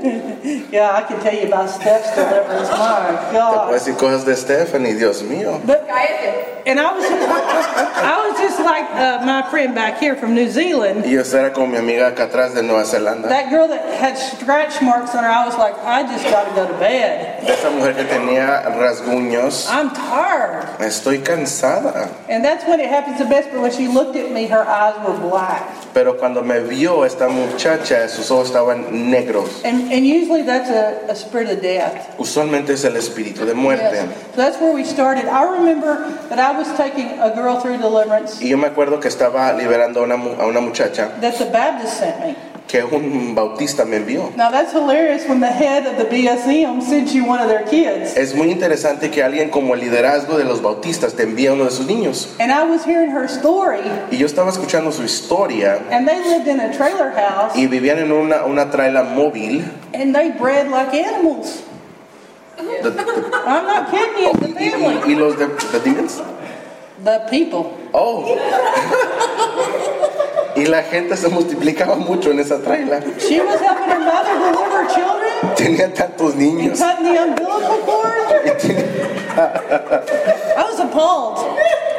yeah, I can tell you about Steph's deliverance. My
Te puedo
God.
decir cosas de Stephanie, Dios mío.
But
Cállate.
and I was I was just like uh, my friend back here from New Zealand.
Y yo estaba con mi amiga acá atrás de Nueva Zelanda.
That girl that had scratch marks on her, I was like, I just got to go to bed.
De esa mujer que tenía rasguños.
I'm tired.
Estoy cansada.
And that's when it happens the best. But when she looked at me, her eyes were black.
Pero cuando me vio esta muchacha, sus ojos estaban negros.
And, and usually that's a, a spirit of death.
Usualmente es el espíritu de muerte.
So that's where we started. I remember that I was taking a girl through deliverance
Y yo me acuerdo que estaba liberando a una, mu- a una muchacha
that the Baptist sent me.
que un bautista me envió.
Now that's hilarious when the head of the BSM sends you one of their kids.
Es muy interesante que alguien como el liderazgo de los bautistas te envía a uno de sus niños.
And I was hearing her story,
Y yo estaba escuchando su historia
and they lived in a trailer house,
y vivían en una, una traila móvil.
and they bred like animals.
The- the-
I'm not kidding you, the
y, y-
family.
y los de, the demons.
The people.
Oh. Y la gente se multiplicaba mucho en esa traila.
She was helping her mother deliver children
Tenía tantos
and
niños.
cutting the umbilical cord. I was appalled.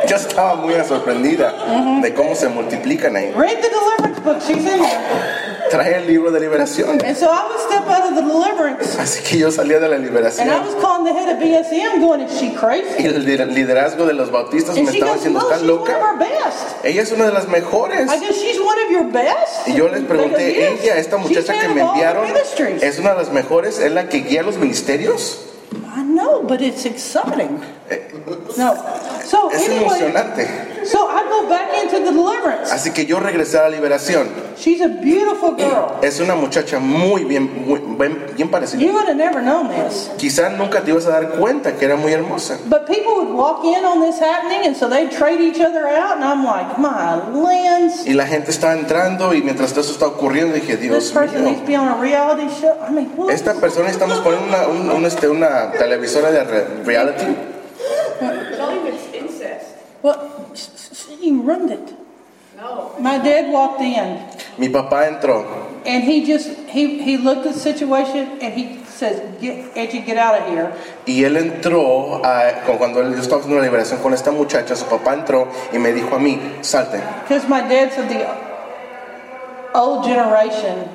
Yo estaba muy sorprendida de cómo se multiplican ahí.
Read the deliverance book, she's in there.
Trae el libro de liberación.
And so I would step out of the deliverance,
Así que yo salía de la
and I
liberación.
was calling the head of BSM going, is she crazy?
Y el li- liderazgo de los bautistas
And
me
she
estaba
goes,
diciendo,
no,
¿estás
she's one of
loca?
our best.
Ella es una de las mejores.
I guess she's one of your best?
Y yo les
They
pregunté,
go, "Yes,
ella, esta
she's
muchacha que
head
me
of all the
enviaron,
ministries."
¿es una de las mejores? ¿Es la que guía los ministerios?
I know, but it's exciting. No. So
Eh, Es
anyway,
emocionante.
so I go back into the deliverance.
Así que yo regresé a la liberación.
She's a beautiful girl.
Es una muchacha muy bien, muy, bien, bien parecida.
You would have never known this.
Quizás nunca te ibas a dar cuenta que era muy hermosa.
But people would walk in on this happening, and so they'd trade each other out, and I'm like, my lands,
Y la gente estaba entrando y mientras todo eso está ocurriendo dije,
this
Dios
person needs to
mío,
be on a reality show. I mean, what?
esta persona estamos poniendo una, un- un, este, una televisora de re- reality.
Don't even incest.
Well, s- s- you ruined it.
No.
My dad walked in,
Mi papá entró
and he just, he, he looked at the situation, and he says, get, Edgy, get out of here.
y él entró, a- con- cuando él- yo estaba haciendo la liberación con esta muchacha, su papá entró y me dijo a mí, salte.
Because my dad's of the old generation,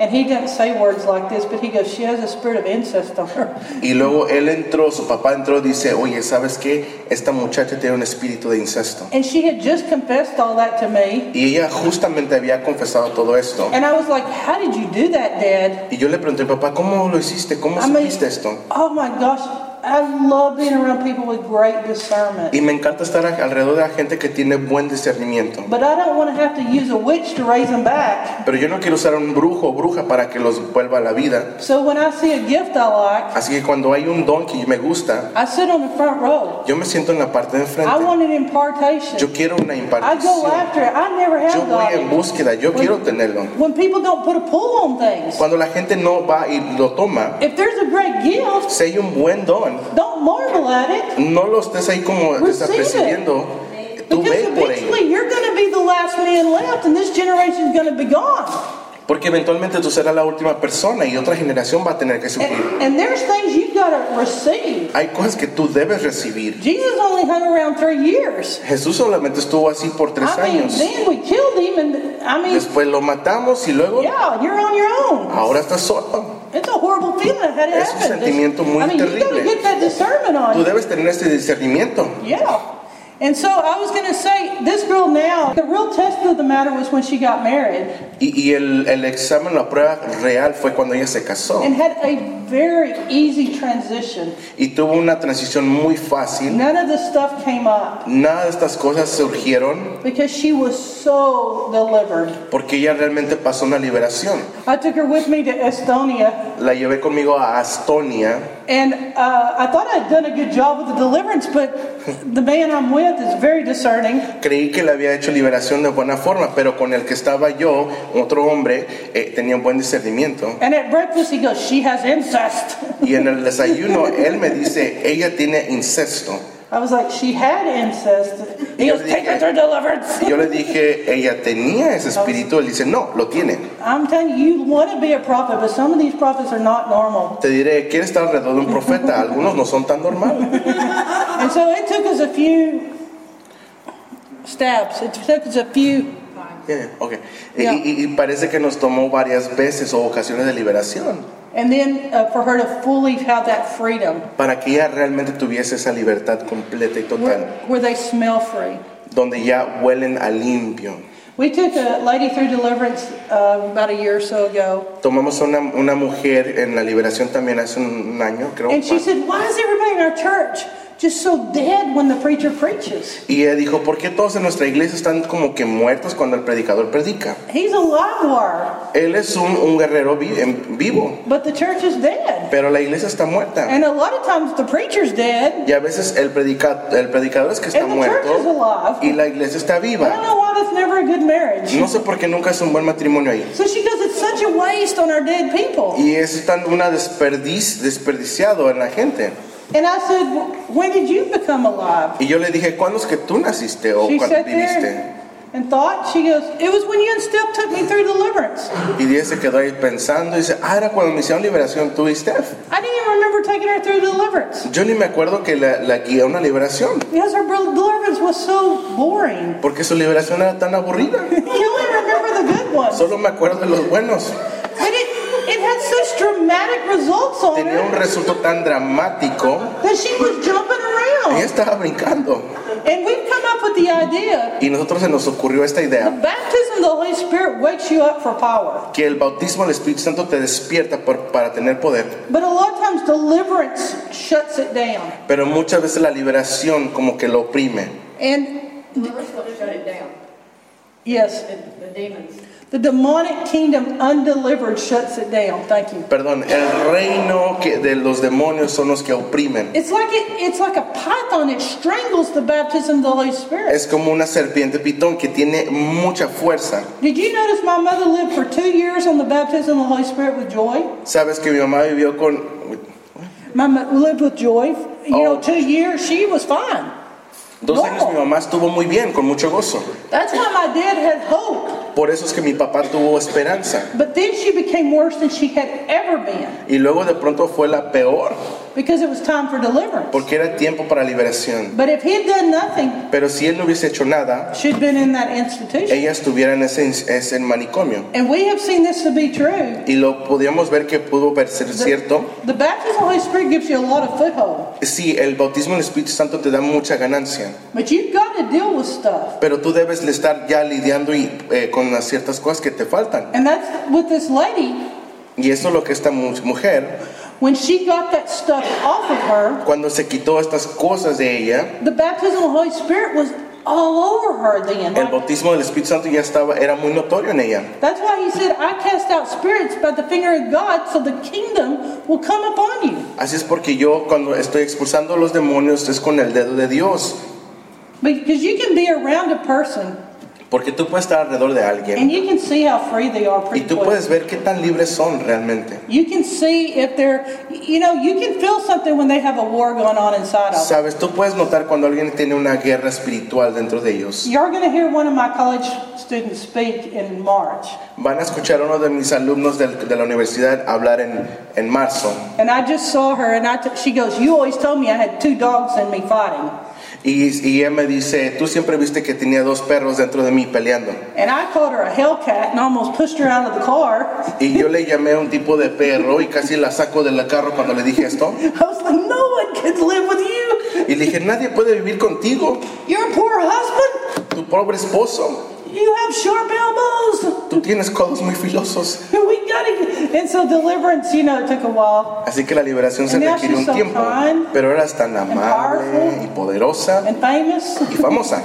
and he didn't say words like this, but he goes, she has a spirit of incest on her.
Y luego él entró, su papá entró y dice, oye, ¿sabes qué? Esta muchacha tiene un espíritu de incesto.
And she had just confessed all that to me.
Y ella justamente había confesado todo esto.
And I was like, how did you do that, Dad?
Y yo le pregunté, papá, ¿cómo lo hiciste? ¿Cómo
I mean-
supiste esto?
Oh my gosh, I love being around people with great discernment.
Y me encanta estar a- alrededor de la gente que tiene buen discernimiento.
But I don't want to have to use a witch to raise them back.
Pero yo no quiero usar un brujo o bruja para que los vuelva a la vida.
So when I see a gift I like,
Así que cuando hay un don que me gusta,
I sit on the front row.
yo me siento en la parte de
I
enfrente.
want an impartation.
Yo quiero una
I go
impartición.
after it. I never
Yo
have
voy
got
en
it.
búsqueda, yo quiero tenerlo.
When people don't put a pull on things,
Cuando la gente no va y lo toma,
if there's a great gift,
si hay un buen don,
don't marvel at it.
no lo estés ahí como
Recibe.
desapercibiendo. Tú
Because
ve por ello.
eventually you're going to be the last man left and this generation's going to be gone.
Porque eventualmente tú serás la última persona y otra generación va a tener que sufrir.
And, and there's things you've got to receive.
Hay cosas que tú debes recibir.
Jesus only hung around three years.
Jesús solamente estuvo así por tres
I mean,
años.
then we killed him, and I mean,
Después lo matamos y luego
yeah, you're on your own.
ahora estás solo.
It's a horrible feeling that had it
Es un
happened.
sentimiento muy
I mean, you got to
terrible.
get that discernment on
Tú debes tener ese discernimiento.
Yeah. And so I was going to say, this girl now, the real test of the matter was when she got married
Y, y el, el examen, la prueba real fue cuando ella se casó
and had a very easy transition.
y tuvo una transición muy fácil.
None of the stuff came up
Nada de estas cosas surgieron
because she was so delivered.
porque ella realmente pasó una liberación.
I took her with me to Estonia,
La llevé conmigo a Estonia
and uh, I thought I'd done a good job with the deliverance, but the man I'm with is very discerning.
Creí que le había hecho liberación de buena forma, pero con el que estaba yo, otro hombre, eh, tenía un buen discernimiento.
And at breakfast, he goes, She has incest.
Y en el desayuno, él me dice, ella tiene incesto.
I was like, She had incest. He
Yo
goes,
dije-
Take her to deliverance.
Y yo le dije, ella tenía ese espíritu. Él dice, no, lo tiene.
I'm telling you, you want to be a prophet, but some of these prophets are not normal.
Te diré, ¿quieres estar alrededor de un profeta? Algunos no son tan normales.
And so it took us a few stabs. It took us a few.
Yeah, okay. Y- y- y parece que nos tomó varias veces o ocasiones de liberación
And then uh, for her to fully have that freedom
para que ella realmente tuviese esa libertad completa y total,
where, where they smell free.
donde ya huelen a limpio.
We took a lady through deliverance uh, about a year or so ago.
Tomamos a una, una mujer en la liberación también hace un, un año, creo.
And she said, Why is everybody in our church just so dead when the preacher preaches.
Y ella dijo, ¿por qué todos en nuestra iglesia están como que muertos cuando el predicador predica?
He's a live wire,
Él es un, un guerrero vi- en vivo,
but the church is dead.
pero la iglesia está muerta.
And a lot of times the preacher's dead.
Y a veces el, predica- el predicador es que está
And the church is
muerto
alive.
y la iglesia está
I don't
viva.
know why that's never a good marriage.
No sé por qué nunca es un buen matrimonio ahí.
So she goes, it's such a waste on our dead people.
Y es tan una desperdiz, desperdiciado en la gente.
And I said, "W- when did you become alive?
Y yo le dije, ¿cuándo es que tú naciste o
She
cuándo
sat
viviste?
there and thought. She goes, it was when you and Steph took me through deliverance.
Y ella se quedó ahí pensando y dice, ah, era cuando me hicieron liberación tú y Steph.
I didn't even remember taking her through deliverance
Yo ni me acuerdo que la, la guía a una liberación,
because her bro- deliverance was so boring.
porque su liberación era tan aburrida.
You only remember the good ones.
Solo me acuerdo de los buenos.
But it, it had such dramatic results on
Tenía un
her
resultado tan dramático.
that she was jumping
Ella
around.
estaba brincando.
And we've come up with the idea
Y nosotros se nos ocurrió esta
the
idea,
baptism of the Holy Spirit wakes you up for power.
que el bautismo del Espíritu Santo te despierta por- para tener poder.
But a lot of times deliverance shuts it down.
Pero muchas veces la liberación como que lo oprime.
And
First one shut it down,
yes,
the the demons.
the demonic kingdom undelivered shuts it down. Thank you.
Perdón, el reino que de los demonios son los que oprimen.
It's like it, it's like a python. It strangles the baptism of the Holy Spirit.
Es como una serpiente pitón que tiene mucha fuerza.
Did you notice my mother lived for two years on the baptism of the Holy Spirit with joy?
Sabes que mi mamá vivió con
My mother lived with joy. You know,
Oh.
two years she was fine.
dos años. Mi mamá estuvo muy bien, con mucho gozo.
That's why my dad had hope.
Por eso es que mi papá tuvo esperanza.
But then she became worse than she had ever been
Y luego de pronto fue la peor,
because it was time for deliverance.
porque era tiempo para liberación.
But if he had done nothing,
Pero si él no hubiese hecho nada,
she'd been in that institution.
ella estuviera en ese, ese manicomio.
And we have seen this to be true.
Y lo podíamos ver que pudo ser cierto.
The baptism of the Holy Spirit gives you a lot of foothold,
Sí, el bautismo del Espíritu Santo te da mucha ganancia.
but you've got to deal with stuff.
Pero tú debes de estar ya lidiando y, eh, con las ciertas cosas que te faltan.
And that's with this lady.
Y eso es lo que esta mu- mujer,
When she got that stuff off of her,
cuando se quitó estas cosas de ella,
the baptism of the Holy Spirit was all over her then.
el
Like,
bautismo del Espíritu Santo ya estaba, era muy notorio en ella.
That's why he said, I cast out spirits by the finger of God, so the kingdom will come upon you.
Así es porque yo cuando estoy expulsando los demonios es con el dedo de Dios.
Because you can be around a person
Porque tú puedes estar alrededor de alguien
and you can see how free they are
y
pretty
tú
quick.
puedes ver qué tan libres son realmente.
You can see if they're, you know, you can feel something when they have a war going on inside of them.
Sabes, tú puedes notar cuando alguien tiene una guerra espiritual dentro de ellos.
You're going to hear one of my college students speak in March.
Van a escuchar a uno de mis alumnos del- de la universidad hablar en, en marzo.
And I just saw her and I t- she goes, You always told me I had two dogs in me fighting.
Y, y ella me dice, tú siempre viste que tenía dos perros dentro de mí peleando.
And I called her a Hellcat and almost pushed her out of the car.
Y yo le llamé a un tipo de perro y casi la saco del carro cuando le dije esto.
I was like, No one can live with you.
Y le dije, nadie puede vivir contigo,
Your poor husband,
tu pobre esposo.
you have sharp elbows.
Tú tienes codos muy filosos.
We gotta. And so deliverance, you know, it took a while.
Así que la liberación se
And now
requiere
she's
un
so
tiempo.
kind
Pero eras tan amable
powerful.
y poderosa
And famous,
y famosa.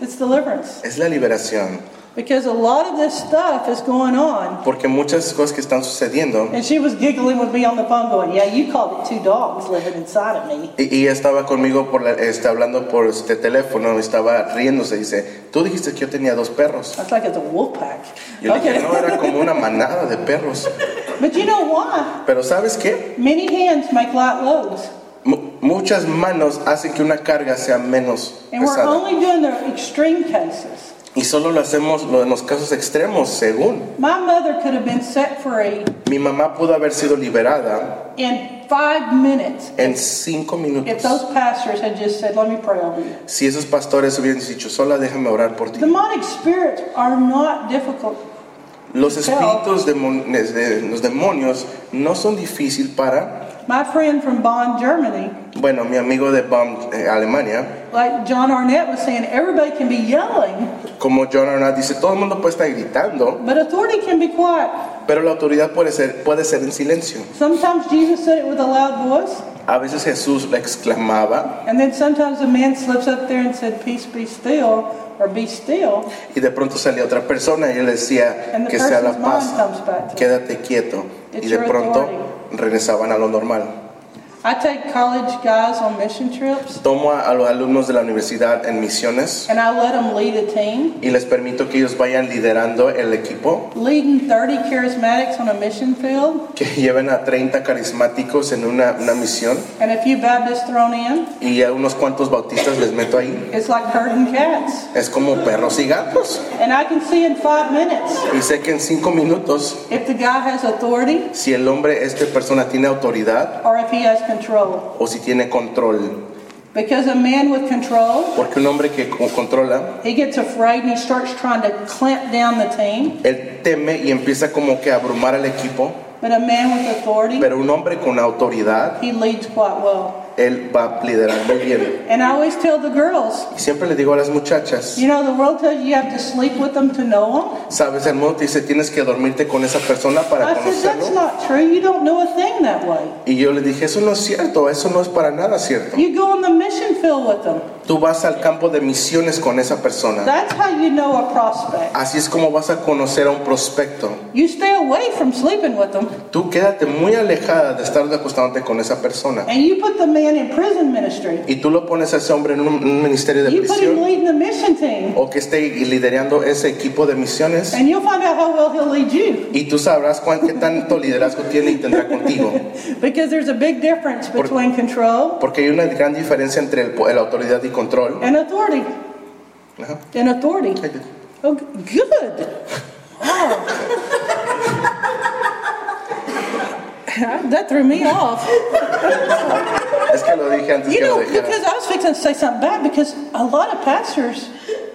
it's deliverance.
Es la liberación.
Because a lot of this stuff is going on.
Porque muchas cosas que están sucediendo.
And she was giggling with me on the phone, going, Yeah, you called it two dogs living inside of me.
Y, y ella estaba conmigo, por la- este, hablando por este teléfono, estaba riéndose. Dice, tú dijiste que yo tenía dos perros.
That's like it's a wolf pack.
Yo le dije,
Okay.
no, era como una manada de perros.
But you know why?
Pero ¿sabes qué?
Many hands make light loads.
Mu- muchas manos hacen que una carga sea menos
And we're
pesada.
only doing the extreme cases.
Y solo lo hacemos lo- en los casos extremos, según.
My mother could have been set free
Mi mamá pudo haber sido liberada
in five minutes
en cinco
If those
minutos.
pastors had just said, let me pray over you.
Si esos pastores hubieran dicho, sola déjame orar por ti.
Demonic spirits are not difficult.
Los espíritus, demon- de- los demonios, no son difícil para
My friend from Bonn, Germany,
Bueno, mi amigo de Bonn, eh, Alemania,
like John Arnett was saying, everybody can be yelling,
como John Arnott dice, todo el mundo puede estar gritando,
but authority can be quiet.
pero la autoridad puede ser, puede ser en silencio.
Sometimes Jesus said it with a loud voice,
A veces Jesús la exclamaba
And then sometimes a man slips up there and said, Peace be still, or be still,
y de pronto salía otra persona y él decía
and the
que sea la
person's
paz,
mind comes back to him.
quédate quieto.
It's
Y de
your
pronto
authority.
regresaban a lo normal.
I take college guys on mission trips,
Tomo a a los alumnos de la universidad en misiones
and I let them lead a team.
y les permito que ellos vayan liderando el equipo,
Leading 30 charismatics on a mission field,
que lleven a 30 carismáticos en una, una misión
and a few Baptists thrown in,
y a unos cuantos bautistas les meto ahí.
it's like herding cats.
Es como perros y gatos.
And I can see in five minutes
Y sé que en cinco minutos,
if the guy has authority
si el hombre, esta persona tiene autoridad
or if he has control.
o si tiene control,
Because a man with control,
porque un hombre que co- controla,
he gets afraid and he starts trying to clamp down the team.
él teme y empieza como que a abrumar al equipo.
But a man with authority,
Pero un hombre con autoridad,
he leads quite well.
él va liderando bien.
And I always tell the girls,
Y siempre le digo a las muchachas,
you know, the world tells you you have to sleep with them to know them.
sabes, el mundo te dice, tienes que dormirte con esa persona para
I said, that's
conocerlo.
not true. You don't know a thing that way.
Y yo le dije, eso no es cierto, eso no es para nada cierto.
You go on the mission field with them.
Tú vas al campo de misiones con esa persona.
That's how you know a prospect.
Así es como vas a conocer a un prospecto.
You stay away from sleeping with them
Tú quédate muy alejada de estar acostándote con esa persona.
and you put the man in prison ministry.
Y tú lo pones a ese hombre en un, un ministerio de
You put him
prisión
leading the mission team
o que esté liderando ese equipo de misiones.
and you'll find out how well he'll lead you.
Y tú sabrás cuán, qué tanto liderazgo tiene y tendrá contigo.
Because there's a big difference
Por-
between control
Porque hay una gran diferencia entre el, po- la autoridad y control.
and authority.
Ajá.
And authority. Oh, g- good. Wow. that threw me off.
Es que lo dije antes
You
que lo
know,
dejara.
because I was fixing to say something bad because a lot of pastors,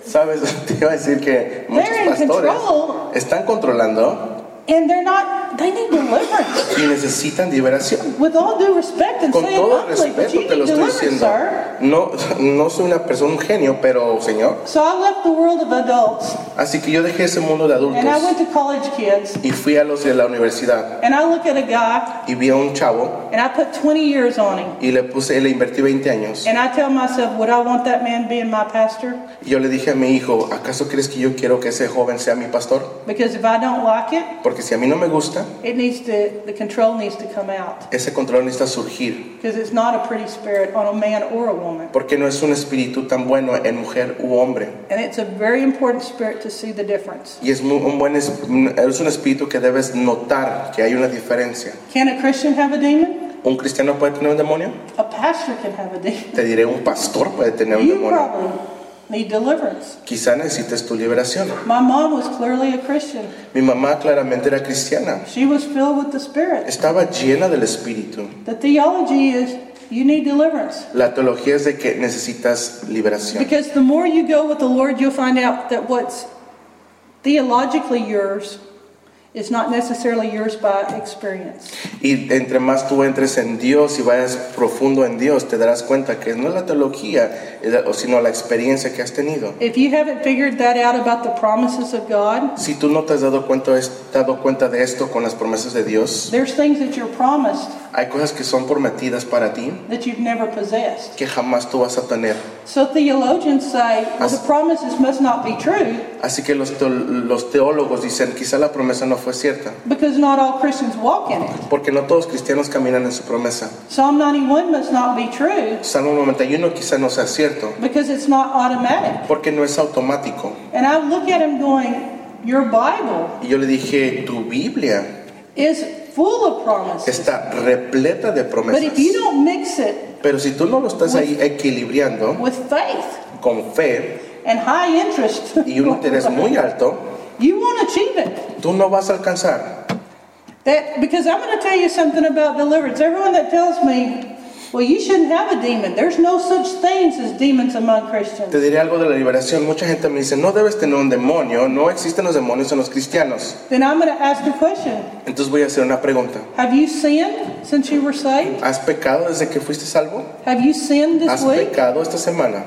Sabes, te iba a decir que muchos
They're in
pastores
control.
están controlando
and they're not, they need deliverance.
y necesitan liberación.
With all due respect and
Con
saying
todo el
humbly, but
respeto
you
te lo
need
estoy
deliverance,
diciendo.
sir.
No, no soy una persona, un genio, pero señor.
So I left the world of adults
Así que yo dejé ese mundo de
and I
adultos
went to college kids
y fui a los de la universidad
and I look at a guy
y vi a un chavo
and I put 20 years on him.
y le puse, le invertí 20 años.
And I tell myself, would I want that man being my pastor?
Y yo le dije a mi hijo, ¿acaso crees que yo quiero que ese joven sea mi pastor?
Because if I don't like it,
Porque si a mí no me gusta,
It needs to, the control needs to come out
ese control necesita surgir.
because it's not a pretty spirit on a man or a woman.
porque no es un espíritu tan bueno en mujer u hombre.
And it's a very important spirit to see the difference.
Y es mu- un buen es, es un espíritu que debes notar que hay una diferencia.
Can a Christian have a demon?
¿Un cristiano puede tener un demonio?
A pastor can have a demon.
Te diré, un pastor puede tener un
You
demonio.
probably need deliverance.
Quizá necesites tu liberación.
My mom was clearly a Christian.
Mi mamá claramente era cristiana.
She was filled with the Spirit.
Estaba llena del espíritu.
The theology is you need deliverance.
La teología es de que necesitas liberación.
Because the more you go with the Lord, you'll find out that what's theologically yours is not necessarily yours by experience.
Y entre más tú entres en Dios y vayas profundo en Dios, te darás cuenta que no es la teología, eh, o sino la experiencia que has tenido.
If you haven't figured that out about the promises of God,
Si tú no te has dado cuenta, es- dado cuenta de esto con las promesas de Dios,
there's things that you're promised
hay cosas que son prometidas para ti
that you've never possessed.
que jamás tú vas a tener.
So theologians say, well, the promises must not be true
Así que los, teo- los teólogos dicen, quizá la promesa no fue cierta,
because not all Christians walk in it.
porque no todos cristianos caminan en su promesa.
Psalm 91 must not be true
Salmo 91 quizá no sea cierto,
because it's not automatic.
porque no es automático.
And I look at him going, your Bible
Y yo le dije, tu Biblia
is full of promises.
está repleta de
But
promesas.
if you don't mix it
Pero si tú no lo estás ahí equilibrando
with faith
con fe
and high interest,
y un interés muy alto,
you won't achieve it.
tú no vas a alcanzar.
That because I'm going to tell you something about deliverance. Everyone that tells me, well, you shouldn't have a demon. There's no such things as demons among
Te
Christians.
diré algo de la liberación. Mucha gente me dice, no debes tener un demonio, no existen los demonios en los cristianos.
Then I'm going to ask the question:
Entonces voy a hacer una pregunta.
Have you sinned since you were saved?
¿Has pecado desde que fuiste salvo?
Have you sinned
¿Has
this week?
pecado esta semana?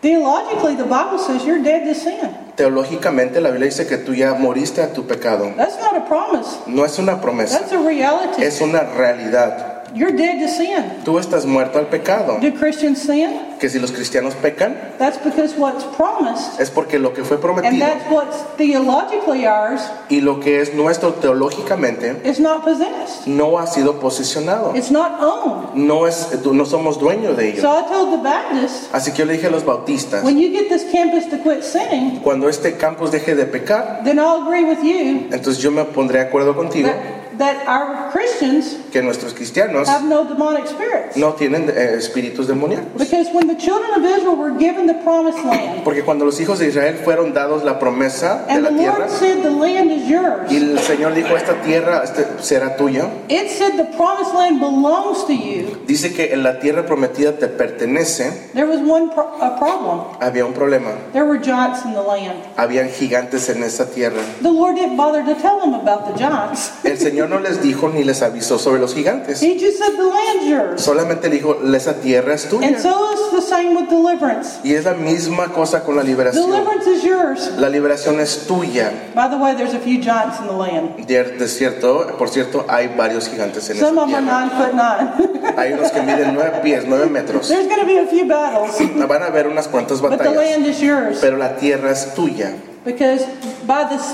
Theologically, the Bible says you're dead to sin.
Teológicamente la Biblia dice que tú ya moriste a tu pecado.
That's not a promise.
No es una promesa,
That's a reality.
es una realidad.
You're dead to sin.
Tú estás muerto al pecado.
Do Christians sin?
Que si los cristianos pecan,
That's because what's promised,
es porque lo que fue
and
prometido
that's what's theologically ours,
y lo que es nuestro teológicamente
is not possessed.
no ha sido posicionado.
It's not owned.
No, es, no somos dueños de
So
ello.
I told the Baptists,
Así que yo le dije a los bautistas,
when you get this campus to quit sinning,
cuando este campus deje de pecar,
then I'll agree with you
entonces yo me pondré de acuerdo contigo
that, that our Christians
que nuestros cristianos
have no demonic spirits.
no tienen eh, espíritus demoníacos.
Because when the children of Israel were given the promised land,
Porque cuando los hijos de Israel fueron dados la promesa de
and the
la tierra,
Lord said, The land is
y
yours.
el Señor dijo, esta tierra este, será tuya,
It said the promised land belongs to you.
dice que en la tierra prometida te pertenece,
There was one pro- a problem.
había un problema.
There were giants in the land.
Habían gigantes en esa tierra.
The Lord didn't bother to tell them about the giants.
El Señor no les dijo ni les avisó sobre los gigantes.
He just said the land's yours.
Solamente le dijo, esa tierra es tuya.
And so is the same with deliverance.
Y es la misma cosa con la liberación.
Deliverance is yours.
La liberación es tuya.
By the way, there's a few giants in the land.
De de cierto, por cierto, hay varios gigantes en
Some
esa
of them are
tierra.
nine foot nine.
Hay unos que miden nueve pies, nueve metros.
there's going to be a few battles,
Van a haber unas cuantas
but the
batallas,
land is yours.
pero la tierra es tuya.
Because by this,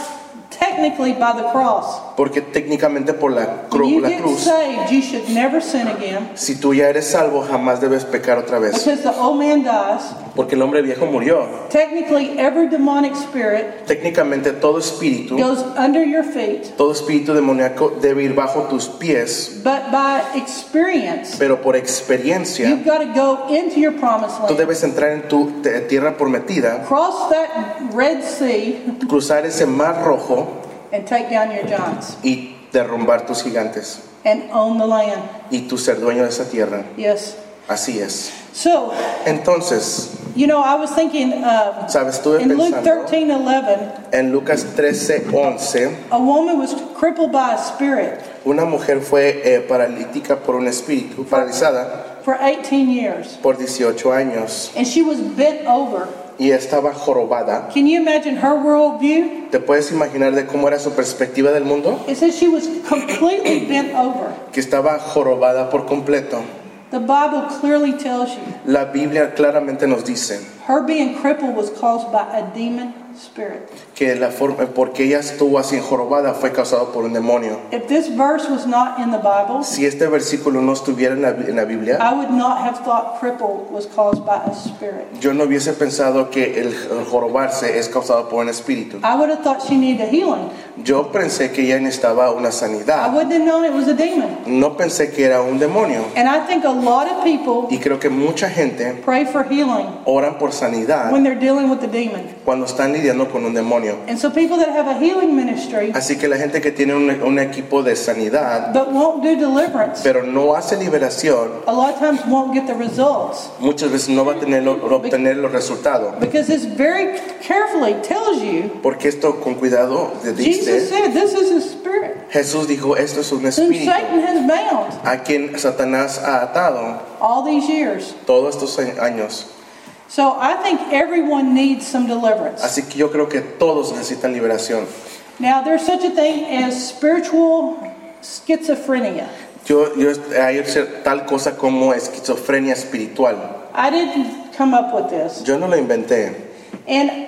technically by the cross,
Porque técnicamente por la,
when
cru-
you
la
get
cruz,
saved, you should never sin again.
si tú ya eres salvo, jamás debes pecar otra vez.
Because the old man dies.
Porque el hombre viejo murió.
Technically, every demonic spirit
Técnicamente todo espíritu,
goes under your feet,
todo espíritu demoníaco debe ir bajo tus pies,
but by experience,
pero por experiencia,
you've got to go into your promised
tú
land,
debes entrar en tu te- tierra prometida,
cross that Red Sea,
cruzar ese mar rojo
and take down your giants,
y derrumbar tus gigantes
and own the land.
y tú ser dueño de esa tierra.
Yes.
Así es.
So,
Entonces,
you know, I was thinking um,
sabes, estuve
in Luke
pensando
13 11,
en Lucas 13, 11,
a woman was crippled by a spirit
una mujer fue eh, paralítica por un espíritu, paralizada
for 18 years,
por 18 años
and she was bent over.
y estaba jorobada.
Can you imagine her worldview?
¿Te puedes imaginar de cómo era su perspectiva del mundo?
It says she was completely bent over.
Que estaba jorobada por completo.
The Bible clearly tells you
La Biblia claramente nos dice
Her being crippled was caused by a demon spirit.
que la forma porque ella estuvo así jorobada fue causado por un demonio.
If this verse was not in the Bible,
Si este versículo no estuviera en la, en la Biblia,
I would not have thought crippled was caused by a spirit.
yo no hubiese pensado que el, el jorobarse es causado por un espíritu.
I would have thought she needed healing.
Yo pensé que ella necesitaba una
I
sanidad.
wouldn't have known it was a demon.
No pensé que era un demonio.
And I think a lot of people
Y creo que mucha gente
pray for healing
oran por sanidad
when they're dealing with the demon.
cuando están lidiando con un demonio.
And so people that have a healing ministry
Así que la gente que tiene un, un equipo de sanidad,
but won't do deliverance,
pero no hace liberación,
a lot of times won't get the results
muchas veces no va a tener, lo- obtener los resultados.
because this very carefully tells you
Porque esto con cuidado le
Jesus
dice,
said this is a spirit
Jesús dijo, esto es un
whom
espíritu
Satan has bound.
a quien Satanás ha atado
all these years.
todos estos a- años.
So I think everyone needs some deliverance.
Así que yo creo que todos necesitan liberación.
Now, there's such a thing as spiritual schizophrenia.
Yo, yo hay cier- tal cosa como esquizofrenia espiritual.
I didn't come up with this.
Yo no lo inventé.
And I-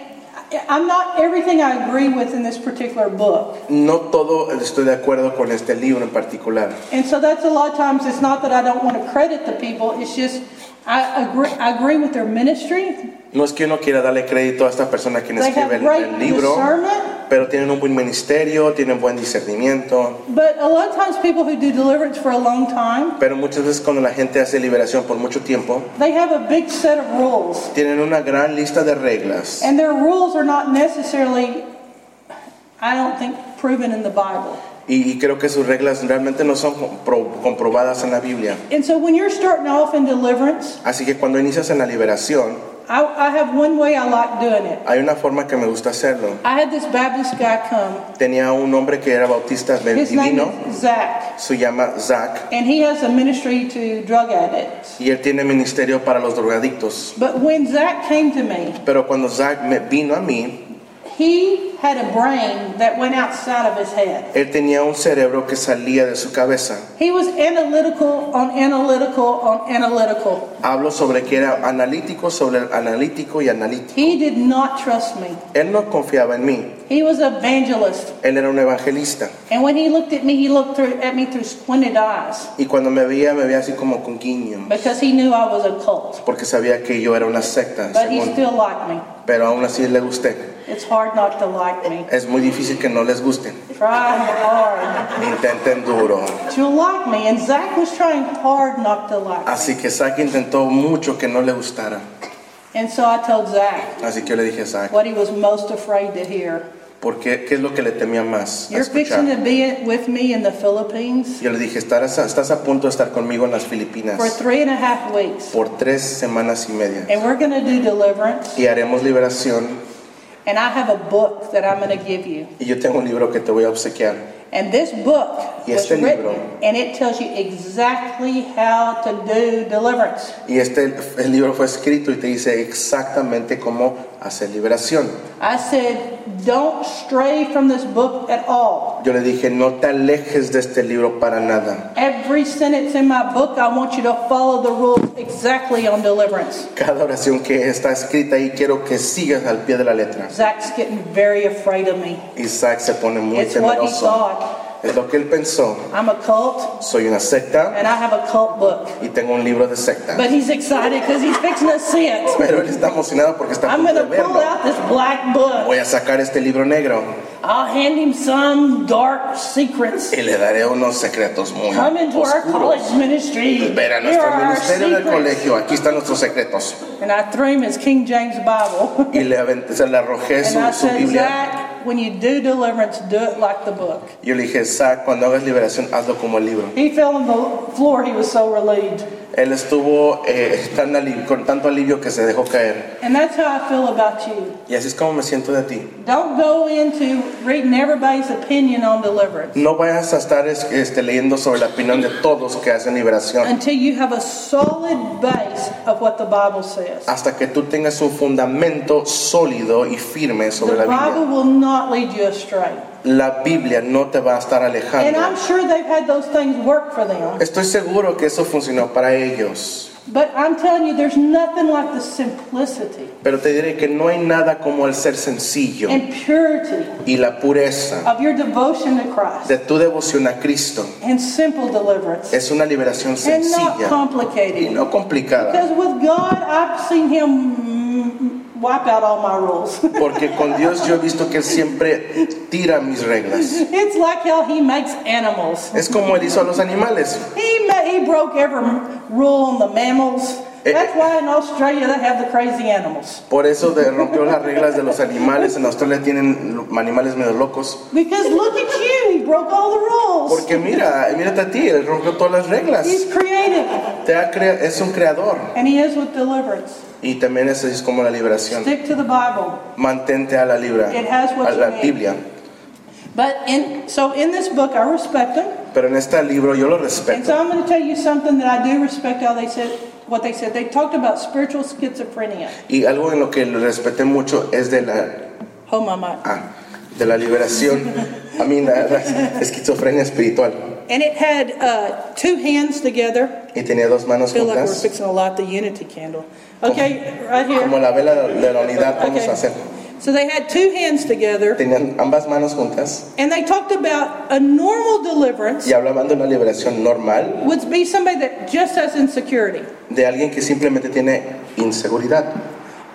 I'm not everything I agree with in this particular book.
No todo estoy de acuerdo con este libro en particular.
And so that's a lot of times, it's not that I don't want to credit the people, it's just I agree, I agree with their ministry.
No es que uno quiera darle crédito a esta persona quien
They
escribe
have
el,
great
el libro,
discernment.
pero tienen un buen ministerio, tienen buen discernimiento.
But a lot of times, people who do deliverance for a long time,
Pero muchas veces cuando la gente hace liberación por mucho tiempo,
they have a big set of rules.
tienen una gran lista de reglas.
And their rules are not necessarily, I don't think, proven in the Bible.
Y, y creo que sus reglas realmente no son compro- comprobadas en la Biblia.
And so when you're starting off in deliverance,
Así que cuando inicias en la liberación,
I, I have one way I like doing it.
hay una forma que me gusta hacerlo.
I had this Baptist guy come.
Tenía un hombre que era bautista del
His name
divino,
is Zach.
se llama Zach,
And he has a ministry to drug addicts.
y él tiene ministerio para los drogadictos.
But when Zach came to me,
Pero cuando Zach me vino a mí,
He had a brain that went outside of his head.
Él tenía un cerebro que salía de su cabeza.
He was analytical on analytical on analytical.
Hablo sobre que era analítico, sobre el analítico y analítico.
He did not trust me.
Él no confiaba en mí.
He was an evangelist.
Él era un evangelista.
And when he looked at me, he looked through, at me through squinted eyes
Y cuando me veía, me veía así como con guiño.
because he knew I was a cult.
Porque sabía que yo era una secta,
But he
según.
still liked me.
Pero aún así le gusté.
It's hard not to like me.
Es muy difícil que no les gusten.
Try hard.
Intenten duro.
But You'll like me. And Zach was trying hard not to like me.
Así que Zack intentó mucho que no le gustara.
And so I told Zach
Así que yo le dije a Zack,
what he was most afraid to hear.
¿por qué? ¿Qué es lo que le temía más?
You're fixing
Escuchar.
to be with me in the Philippines
Yo le dije, estarás a- estás a punto de estar conmigo en las
for
Filipinas
three and a half weeks.
por tres semanas y media.
And we're going to do deliverance.
Y haremos liberación.
And I have a book that I'm going to give you.
Y yo tengo un libro que te voy a obsequiar.
And this book
Y
was
este
written,
libro.
and it tells you exactly how to do deliverance.
Y este el libro fue escrito y te dice exactamente cómo hacer liberación.
I said, don't stray from this book at all.
Yo le dije, no te alejes de este libro para nada.
Every sentence in my book, I want you to follow the rules exactly on deliverance.
Cada oración que está escrita ahí quiero que sigas al pie de la letra.
Zach's getting very afraid of me.
Isaac se pone muy
It's what he
temeroso.
thought.
Es lo que él pensó.
I'm a cult,
Soy una secta
and I have a cult book.
y tengo un libro de secta.
But he's excited because he's fixing to see it.
Pero él está emocionado porque está a
I'm
punto
going
de
to pull
verlo.
out this black book.
Voy a sacar este libro negro
I'll hand him some dark secrets.
y le daré unos secretos muy
Come into our
oscuros.
college ministry.
Ver a
Here
nuestro
are our
ministerio del
secrets.
colegio. Aquí están nuestros secretos.
And I threw him his King James Bible.
Y le aventé, se le arrojé
And
su,
I
su
said,
Biblia.
Zach, when you do deliverance, do it like the book.
Yo le dije, Zach, cuando hagas liberación, hazlo como el libro.
He fell on the floor. He was so relieved.
Él estuvo eh, tan ali- con tanto alivio que se dejó caer.
And that's how I feel about you.
Y así es como me siento de ti.
Don't go into reading everybody's opinion on deliverance
No vayas a estar es- este, leyendo sobre la opinión de todos que hacen liberación
until you have a solid base of what the Bible says.
hasta que tú tengas un fundamento sólido y firme sobre
The
la
Bible
Biblia.
will not lead you astray.
La Biblia no te va a estar
And
alejando.
I'm sure they've had those things work for them.
Estoy seguro que eso funcionó para ellos,
But I'm telling you, there's nothing like the simplicity
pero te diré que no hay nada como el ser sencillo
and purity
y la pureza
of your devotion to Christ
de tu devoción a Cristo.
and simple deliverance
Es una liberación
and not
sencilla y
complicated.
no complicada,
Because with God, I've seen Him mm, wipe out all my rules.
porque con Dios yo he visto que Él siempre tira mis reglas.
It's like how He makes animals.
Es como él hizo a los animales.
He, ma- he broke every rule on the mammals. That's why in Australia they have the crazy animals.
Por eso de- rompió las reglas de los animales. En Australia tienen lo- animales medio locos.
Because look at you, he broke all the rules.
Porque mira, mírate a ti, él rompió todas las reglas.
He's creative,
Te ha crea- es un creador.
and he is with deliverance.
Y también eso es como la liberación.
Stick to the Bible.
Mantente a la libra,
It has what
a
you
la
need.
Biblia.
But in so in this book, I respect him,
Pero en este libro yo lo
and so
respeto.
I'm going to tell you something that I do respect. How they said what they said. They talked about spiritual schizophrenia.
Y algo en lo que lo respeté mucho es de la,
Oh my mind.
ah, de la liberación. A mí la, la esquizofrenia espiritual.
And it had uh, two hands together.
Y tenía dos manos
I feel like we're
juntas.
fixing to light the unity candle. Okay, right here.
Como la vela de la unidad vamos a hacer.
Okay. So they had two hands together,
Tenían ambas manos juntas
and they talked about a normal deliverance
y hablaban de una liberación normal
would be somebody that just has insecurity,
de alguien que simplemente tiene inseguridad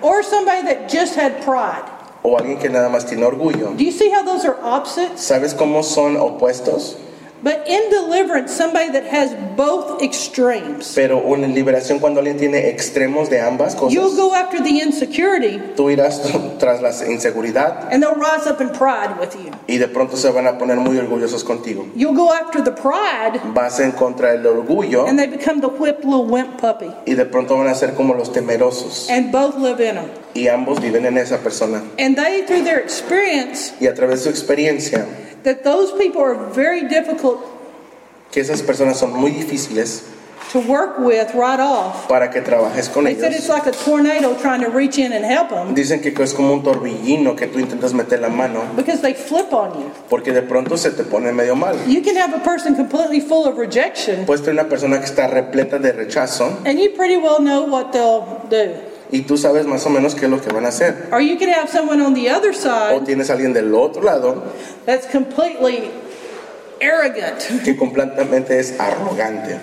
or somebody that just had pride.
o alguien que nada más tiene orgullo.
Do you see how those are opposites?
¿Sabes cómo son opuestos?
But in deliverance, somebody that has both extremes.
Pero una liberación cuando alguien tiene extremos de ambas
You'll
cosas.
go after the insecurity,
Tú irás tras la inseguridad
and they'll rise up in pride with you.
y de pronto se van a poner muy orgullosos contigo.
You'll go after the pride,
Vas en contra del orgullo
and they become the whipped little wimp puppy.
y de pronto van a ser como los temerosos
And both live in them.
y ambos viven en esa persona.
And they, through their experience,
Y a través de su experiencia,
that those people are very difficult
que esas personas son muy difíciles
to work with right off.
para que trabajes con
They said it's
ellos.
like a tornado trying to reach in and help them
Dicen que es como un torbellino que tú intentas meter la mano
because they flip on you.
porque de pronto se te pone medio mal.
You can have a person completely full of rejection
Puedes tener una persona que está repleta de rechazo
and you pretty well know what they'll do.
y tú sabes más o menos qué es lo que van a hacer.
Or you can have someone on the other
O
side
tienes a alguien del otro lado
that's completely arrogant
que completamente es arrogante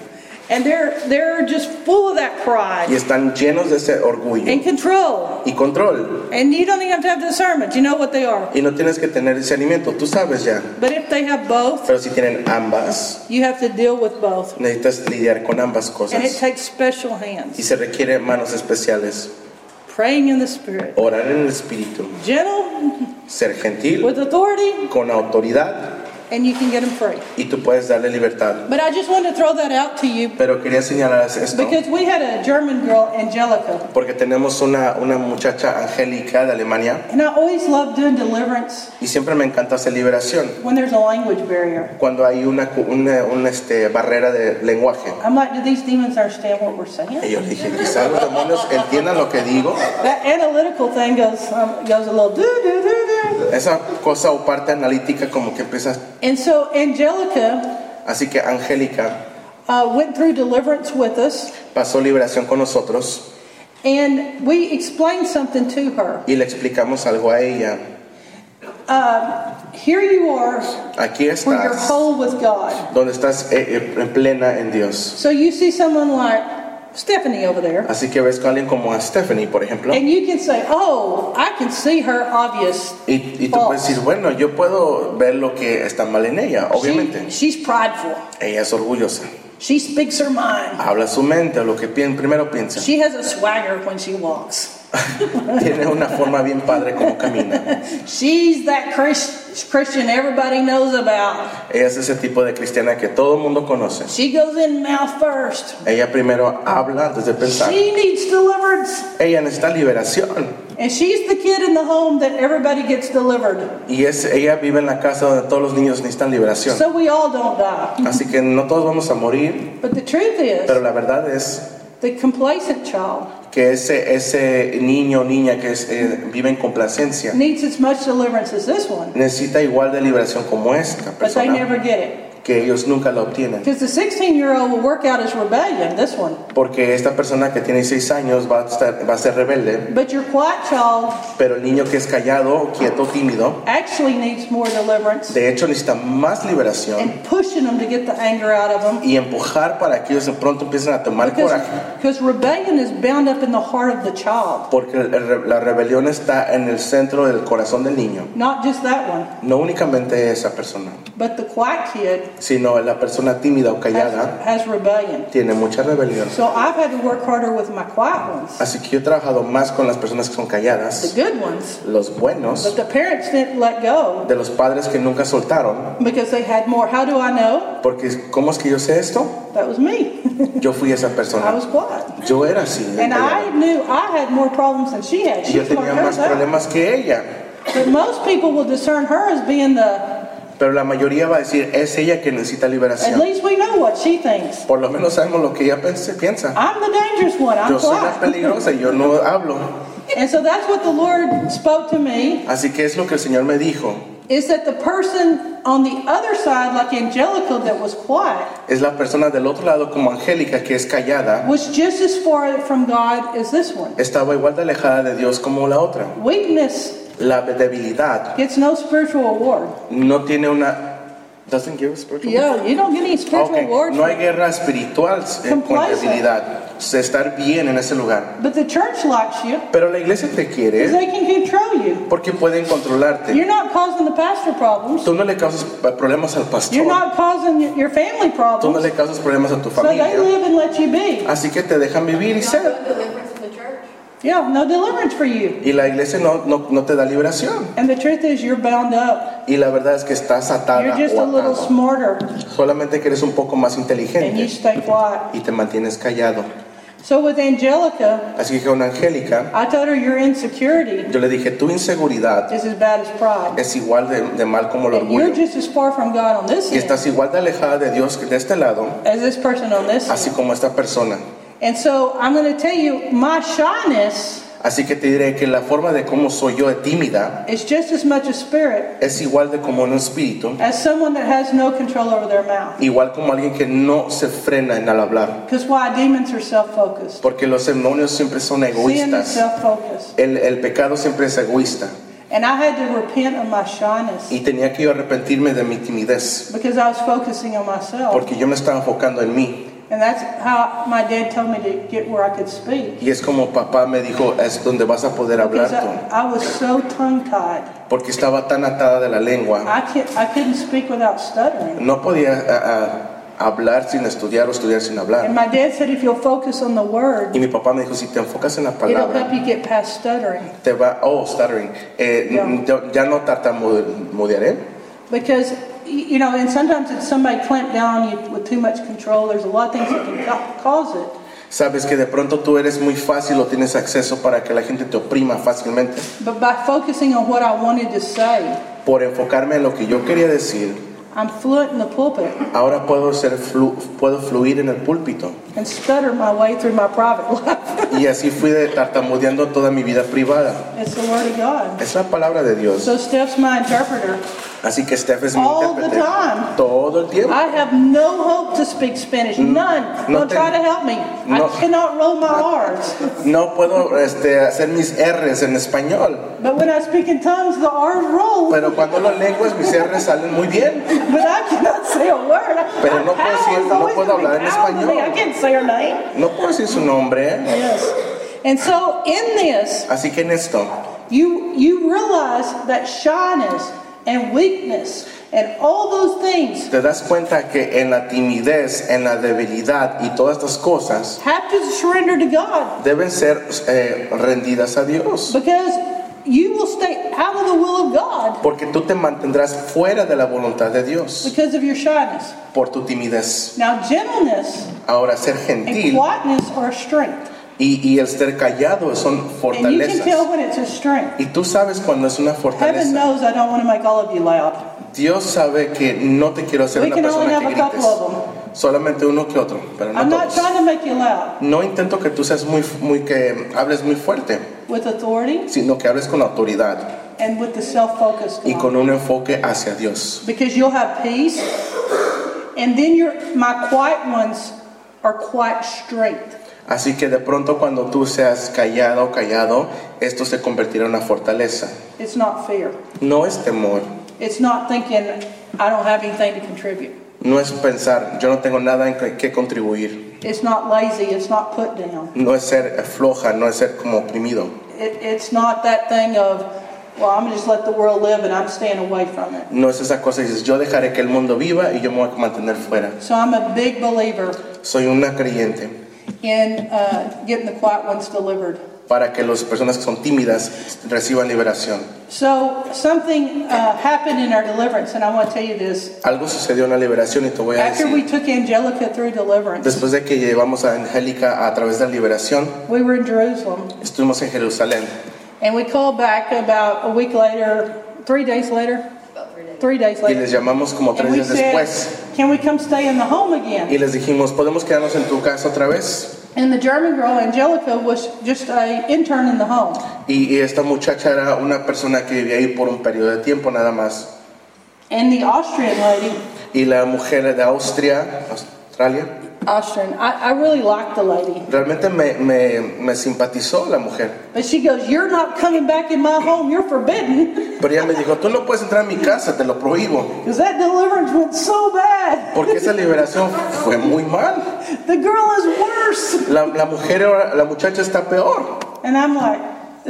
and they're they're just full of that
y
pride
están llenos de ese orgullo
and control.
y control.
And you don't even have to have discernment. You know what they are.
Y no tienes que tener discernimiento, tú sabes ya.
But if they have both,
Pero si tienen ambas,
you have to deal with both.
necesitas lidiar con ambas
And it
cosas.
takes special
Y
hands.
se requieren manos especiales.
Praying in the spirit.
Orar en el espíritu,
Gentle
ser gentil,
with authority
con autoridad
and you can get them free.
y tú puedes darle libertad.
But I just wanted to throw that out to you
Pero quería señalar esto
because we had a German girl, Angelica,
porque tenemos una, una muchacha angélica de Alemania
and I always love doing deliverance
y siempre me encanta hacer liberación.
when there's a language barrier.
Cuando hay una, cu- una, una, este, barrera de lenguaje.
I'm like, do these demons understand what we're saying?
Y yo le dije, quizás los demonios entiendan lo que digo.
That analytical thing goes um, goes a little do do do do.
Esa cosa o parte analítica como que empieza.
And so Angelica
Así que Angélica
uh, went through deliverance with us.
pasó liberación con nosotros
And we explained something to her.
y le explicamos algo a ella.
Uh, Here you are,
Aquí
where you're
estás,
whole with God.
donde estás eh, eh, en plena en Dios.
So you see someone like Stephanie over there,
Así que ves a alguien como a Stephanie, por ejemplo,
and you can say, Oh, I can see her obvious.
y, y tú puedes decir, bueno, yo puedo ver lo que está mal en ella, obviamente.
She, she's prideful.
Ella es orgullosa,
She speaks her mind.
habla su mente, lo que pi- primero piensa.
She has a swagger when she walks.
Tiene una forma bien padre como camina.
She's that Chris, Christian everybody knows about.
Ella es ese tipo de cristiana que todo el mundo conoce.
She goes in mouth first.
Ella primero habla antes de pensar.
She needs deliverance.
Ella necesita liberación.
And she's the kid in the home that everybody gets delivered.
Y es, ella vive en la casa donde todos los niños necesitan liberación.
So we all don't die.
Así que no todos vamos a morir,
But the truth
pero
is,
la verdad es
the complacent child
que ese, ese niño o niña que es, eh, vive en complacencia
needs as much deliverance as this one,
necesita igual de liberación como esta
but they
persona,
never get it.
que ellos nunca la obtienen.
Because the 16 year old will work out his rebellion, this one.
Porque esta persona que tiene 6 años va a, estar- va a ser rebelde,
But your quiet child
pero el niño que es callado, quieto, tímido,
actually needs more deliverance
de hecho necesita más liberación
and pushing them to get the anger out of them.
y empujar para que ellos de pronto empiecen a tomar coraje.
Because, because rebellion is bound up in the heart of the child,
Porque el- el- la rebelión está en el centro del corazón del niño.
not just that one,
No únicamente esa persona,
but the quiet kid
sino la persona tímida o callada
has, has rebellion.
tiene mucha rebelión.
So I've had to work harder with my quiet ones,
Así que yo he trabajado más con las personas que son
the
calladas,
good ones,
los
but
buenos,
the parents didn't let go.
de los padres que nunca soltaron.
because they had more. How do I know?
Porque ¿cómo es que yo sé esto?
That was me.
Yo fui esa
I
persona.
was quiet.
Yo era así. de
And I
callado.
knew I had more problems than she had. She
Y yo
was like
tenía más
hers out.
problemas que ella.
But most people will discern her as being the,
Pero la mayoría va a decir, es ella que necesita
at
liberación.
least we know what she thinks.
Por lo menos sabemos lo que ella pense- piensa.
I'm the dangerous one. I'm
Yo soy la peligrosa
quiet.
y yo no hablo.
And so that's what the Lord spoke to me
Así que es lo que el Señor me dijo.
is that the person on the other side, like Angelica, that was quiet,
Es la persona del otro lado como Angélica que es callada.
was just as far from God as this one.
Estaba igual de alejada de Dios como la otra.
Weakness
La debilidad
gets no spiritual award.
no tiene una... doesn't give spiritual-
Yeah, you don't get any
Ah,
spiritual
ok.
awards.
No hay guerra espiritual eh, con
Complacent.
debilidad. O sea, estar bien en ese lugar.
But the church likes you
Pero la iglesia te
because
quiere
they can control you.
porque pueden controlarte.
You're not causing the pastor problems.
Tú no le causas problemas al
You're
pastor.
not causing y- your family
Tú no
problems.
le causas problemas a tu
So they
familia.
live and let you be.
Así que te dejan vivir y ser.
Not deliverance in the church.
Yeah, no deliverance for you.
Y la iglesia no, no, no te da liberación.
And the truth is, you're bound up.
Y la verdad es que estás atada
You're just
o
a little
atado.
smarter
Solamente que eres un poco más
and you
inteligente
stay quiet.
y te mantienes callado.
So with Angelica,
Así que con Angélica,
I told her your insecurity
yo le dije, tu inseguridad
is as bad as pride.
es igual de, de mal como el
And you're
orgullo.
just as far from God on this
Y
end
estás igual de alejada de Dios que de este lado,
as this person on this
así
end.
como esta persona.
And so I'm going to tell you, my shyness
Así que te diré que la forma de cómo soy yo de tímida
is just as much a spirit
es igual de como un espíritu,
as someone that has no control over their mouth.
igual como alguien que no se frena en al hablar.
Because why? Demons are self-focused.
Porque los demonios siempre son
Sin is
egoístas.
self-focused.
El, el pecado siempre es egoísta.
And I had to repent of my shyness
Y tenía que yo arrepentirme de mi timidez.
because I was focusing on myself.
Porque yo me estaba enfocando en mí.
And that's how my dad told me to get where I could speak.
Y es como papá me dijo, es donde vas a poder hablar
Because
tú.
I, I was so tongue-tied.
Porque estaba tan atada de la lengua.
I can't, I couldn't speak without stuttering.
No podía a- a hablar sin estudiar o estudiar sin
And
hablar.
my dad said if you'll focus on the word,
Y mi papá me dijo, si te enfocas en la
it'll help
palabra,
you get past stuttering.
te va, oh, stuttering, eh, n- yo- ya no tartamudearé.
Because, y- you know, and sometimes it's somebody clamped down on you with too much control. There's a lot of things that can ca- cause it.
Sabes que de pronto tú eres muy fácil o tienes acceso para que la gente te oprima fácilmente.
But by focusing on what I wanted to say,
Por enfocarme en lo que yo quería decir,
I'm fluent in the pulpit
ahora puedo, ser flu- puedo fluir en el púlpito.
and stutter my way through my private life.
Y así fui de tartamudeando toda mi vida privada.
it's the word of God.
Es la palabra de Dios.
So Steph's my interpreter.
Así que Steph es mi
All the
intérprete.
time.
Todo el tiempo.
I have no hope to speak Spanish. None.
Mm, no
Don't
te-
try to help me.
no.
I cannot roll my R's.
No puedo este, hacer mis R's en español,
But when I speak in tongues, the R's roll. But,
pero cuando las lenguas mis R's salen muy bien.
I cannot say a word.
Pero no
I,
puedo decir-
Howard's
no
always
puedo
gonna be
hablar en
Howard to me. I
español.
can't say her name.
No puedo decir su nombre. ¿eh?
Yes. And so in this,
Así que en esto,
you you realize that shyness and weakness and all those things
te das cuenta que en la timidez, en la debilidad y todas estas cosas
have to surrender to God
deben ser eh, rendidas a Dios.
because you will stay out of the will of God
Porque tú te mantendrás fuera de la voluntad de Dios
because of your shyness.
por tu timidez.
Now gentleness
Ahora, ser
and
gentil
quietness are a strength.
y, y el ser callado son
And you can
fortalezas.
tell when it's a strength.
Y tú sabes cuando es una
Heaven
fortaleza.
knows I don't want to make all of you loud.
Dios sabe que no te quiero hacer
We
una
can only
persona
have
que
a couple of
grites. Solamente uno que otro, pero
I'm
no
not
todos.
trying to make you loud.
No intento que tú seas muy, muy que hables muy fuerte,
With authority
sino que hables con autoridad
and with the self-focus.
y
God.
con un enfoque hacia Dios.
Because you'll have peace, and then your my quiet ones are quite straight.
Así que de pronto cuando tú seas callado o callado, esto se convertirá en una fortaleza.
It's not fear.
No es temor,
It's not thinking I don't have anything to contribute.
no es pensar, yo no tengo nada en que, que contribuir.
It's not lazy. It's not put down.
No es ser floja, no es ser como oprimido.
It, it's not that thing of well I'm gonna just let the world live and I'm staying away from it.
No es esa cosa que dices, yo dejaré que el mundo viva y yo me voy a mantener fuera.
So I'm a big believer
Soy una creyente
in uh, getting the quiet ones delivered.
para que las personas que son tímidas reciban liberación.
So something uh, happened in our deliverance, and I want to tell you this.
Algo sucedió en la liberación y te voy a
After
decir.
we took Angelica through deliverance,
Después de que llevamos a Angélica a través de la liberación,
we were in Jerusalem.
estuvimos en Jerusalén.
And we called back about a week later, three days later, three days
Y
later.
les llamamos como
And
tres
we
días después.
said, can we come stay in the home again?
Y les dijimos, ¿podemos quedarnos en tu casa otra vez?
And the German girl, Angelica, was just a intern in the home.
Y, y esta muchacha era una persona que vivía ahí por un periodo de tiempo nada más.
And the Austrian lady,
Y la mujer de Austria, Australia,
Austrian, I, I really liked the lady.
realmente me, me- me simpatizó la mujer.
But she goes, you're not coming back in my home, you're forbidden.
Pero ella me dijo, tú no puedes entrar a mi casa, te lo prohíbo.
Because that deliverance went so bad.
Porque esa liberación fue muy mal.
The girl is worse.
La, la mujer, ahora- la muchacha está peor.
And I'm like,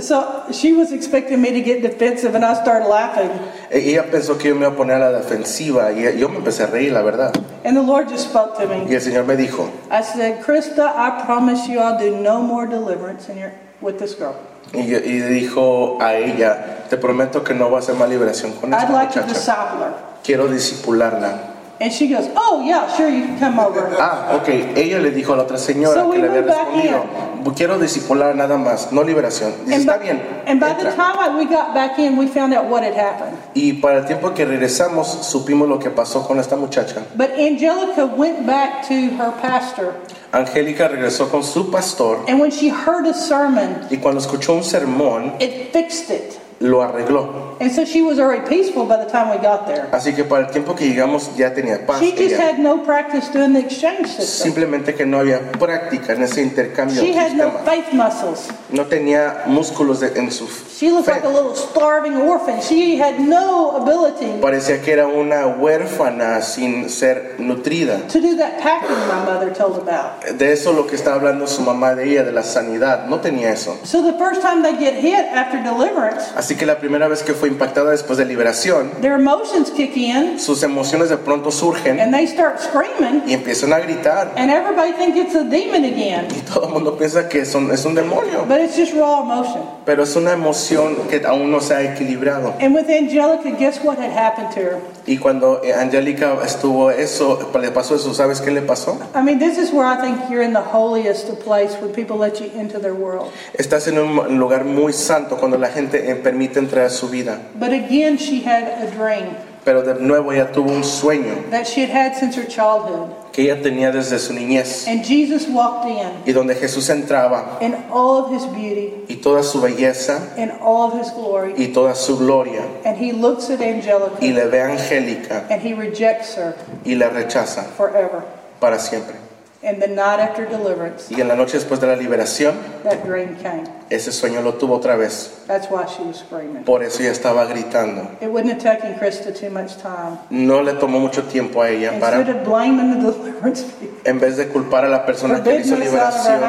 so she was expecting me to get defensive and I started laughing.
E- Ella pensó que yo me iba a poner a la defensiva y yo me empecé a reír, la verdad.
And the Lord just spoke to me.
Y el Señor me dijo,
I said, Krista, I promise you I'll do no more deliverance in your, with this girl.
Y, yo- y dijo a ella, te prometo que no va a ser más liberación con esta
I'd like to
muchacha.
disciple her.
Quiero disipularla.
And And she goes, Oh, yeah, sure, you can come over.
Ah, ok. Ella le dijo a la otra señora
So we
que le había
went back
respondido, quiero discipular nada más, no liberación. Dice,
And
está
by,
bien.
and by the
entra".
time I- we got back in, we found out what had happened.
Y para el tiempo que regresamos, supimos lo que pasó con esta muchacha.
But Angelica went back to her pastor,
Angélica regresó con su pastor
and when she heard a sermon,
y cuando escuchó un sermón,
it fixed it.
lo arregló.
And so she was already peaceful by the time we got there.
Así que para el tiempo que llegamos ya tenía paz.
She just
ella.
had no practice doing the exchange system.
Simplemente que no había práctica en ese intercambio.
She had no
sistema.
faith muscles.
No tenía músculos de- en su
She looked
fe.
like a little starving orphan. She had no ability
Parecía que era una huérfana sin ser nutrida.
to do that packing my mother told about.
De eso lo que está hablando su mamá de ella, de la sanidad. No tenía eso.
So the first time they get hit after deliverance,
Así que la primera vez que fue impactada después de liberación,
their emotions kick in
sus emociones de pronto surgen
and they start screaming,
y empiezan a gritar.
and everybody thinks it's a demon again.
Y todo el mundo piensa que son, es un demonio.
But it's just raw emotion.
Pero es una emoción que aún no se ha equilibrado.
And with Angelica, guess what had happened to her?
Y cuando eh, Angélica estuvo eso, le pasó eso, ¿sabes qué le pasó?
I mean, this is where I think you're in the holiest of place when people let you into their world.
Estás en un lugar muy santo cuando la gente eh, permite entrar a su vida.
But again, she had a dream
Pero de nuevo ella tuvo un sueño
that she had had since her childhood.
que ella tenía desde su niñez
And Jesus walked in
y donde Jesús entraba
in all of his beauty,
y toda su belleza
in all of his glory.
y toda su gloria
And he looks at
y
Angelica
le ve a Angélica
and he rejects her
y la rechaza
forever.
para siempre.
And the night after deliverance,
Y en la noche después de la liberación,
that dream came.
ese sueño lo tuvo otra vez.
That's why she was screaming.
Por eso ella estaba gritando.
It wouldn't have taken Krista too much time.
No le tomó mucho tiempo a ella
Instead
para,
of blaming the deliverance people,
en vez de culpar a la persona que le hizo liberación,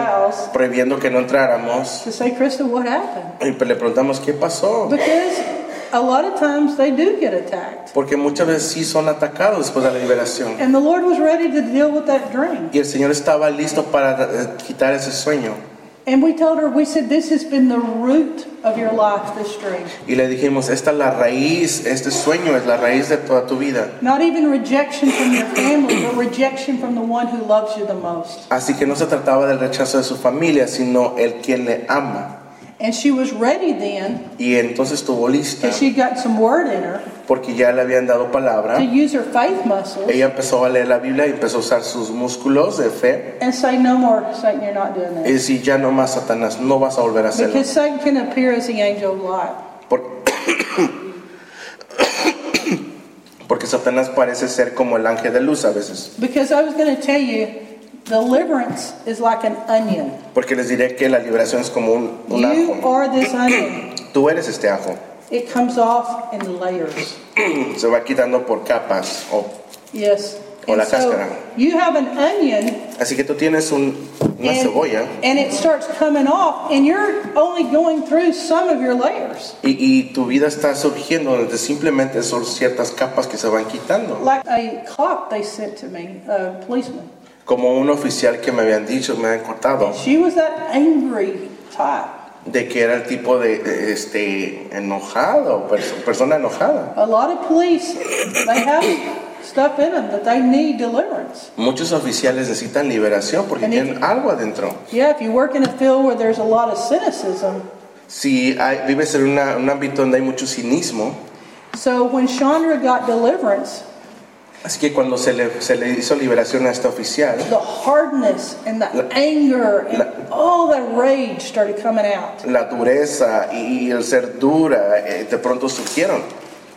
prohibiendo que no entráramos,
to say, Krista, what happened?
y le preguntamos qué pasó.
Because a lot of times they do get attacked.
Porque muchas veces sí son atacados después de la liberación.
And the Lord was ready to deal with that dream.
Y el Señor estaba listo para eh, quitar ese sueño.
And we told her, we said, this has been the root of your life, this dream.
Y le dijimos, esta es la raíz, este sueño es la raíz de toda tu vida.
Not even rejection from your family, but rejection from the one who loves you the most.
Así que no se trataba del rechazo de su familia, sino el quien le ama.
And she was ready then,
Y entonces estuvo lista,
because she got some word in her,
porque ya le habían dado
to
palabra.
use her faith muscles
Ella empezó a leer la Biblia y empezó a usar sus músculos de fe.
and say, no more, Satan, you're not doing
Y
that.
decir, ya no más, Satanás, no vas a volver a hacerlo.
Because Satan can appear as the angel of light.
Por- Porque Satanás parece ser como el ángel de luz a veces.
Because I was going to tell you, deliverance is like an onion.
Porque les diré que la liberación es como un, un
You
ajo.
are this onion.
Tú eres este ajo.
It comes off in layers.
Se va quitando por capas. o-
Yes.
O
And
la
so
cáscara.
you have an onion
Así que tú tienes un- una
and,
cebolla
and it starts coming off and you're only going through some of your layers.
y, y tu vida está surgiendo donde simplemente son ciertas capas que se van quitando.
Like a cop they sent to me, a policeman.
Como un oficial que me habían dicho, me habían contado,
She was that angry type.
de que era el tipo de, de, este enojado, perso- persona enojada.
A lot of police, they have stuff in them that they need deliverance.
Muchos oficiales necesitan liberación porque
And
tienen algo adentro.
Yeah, if you work in a field where there's a lot of cynicism,
Si hay- vives en una- un ámbito donde hay mucho cinismo,
So when Chandra got deliverance,
Así que cuando se le, se le hizo liberación a esta oficial,
the hardness and the
La-
anger and
la-
all that rage started coming out.
la dureza y, y el ser dura eh, de pronto surgieron.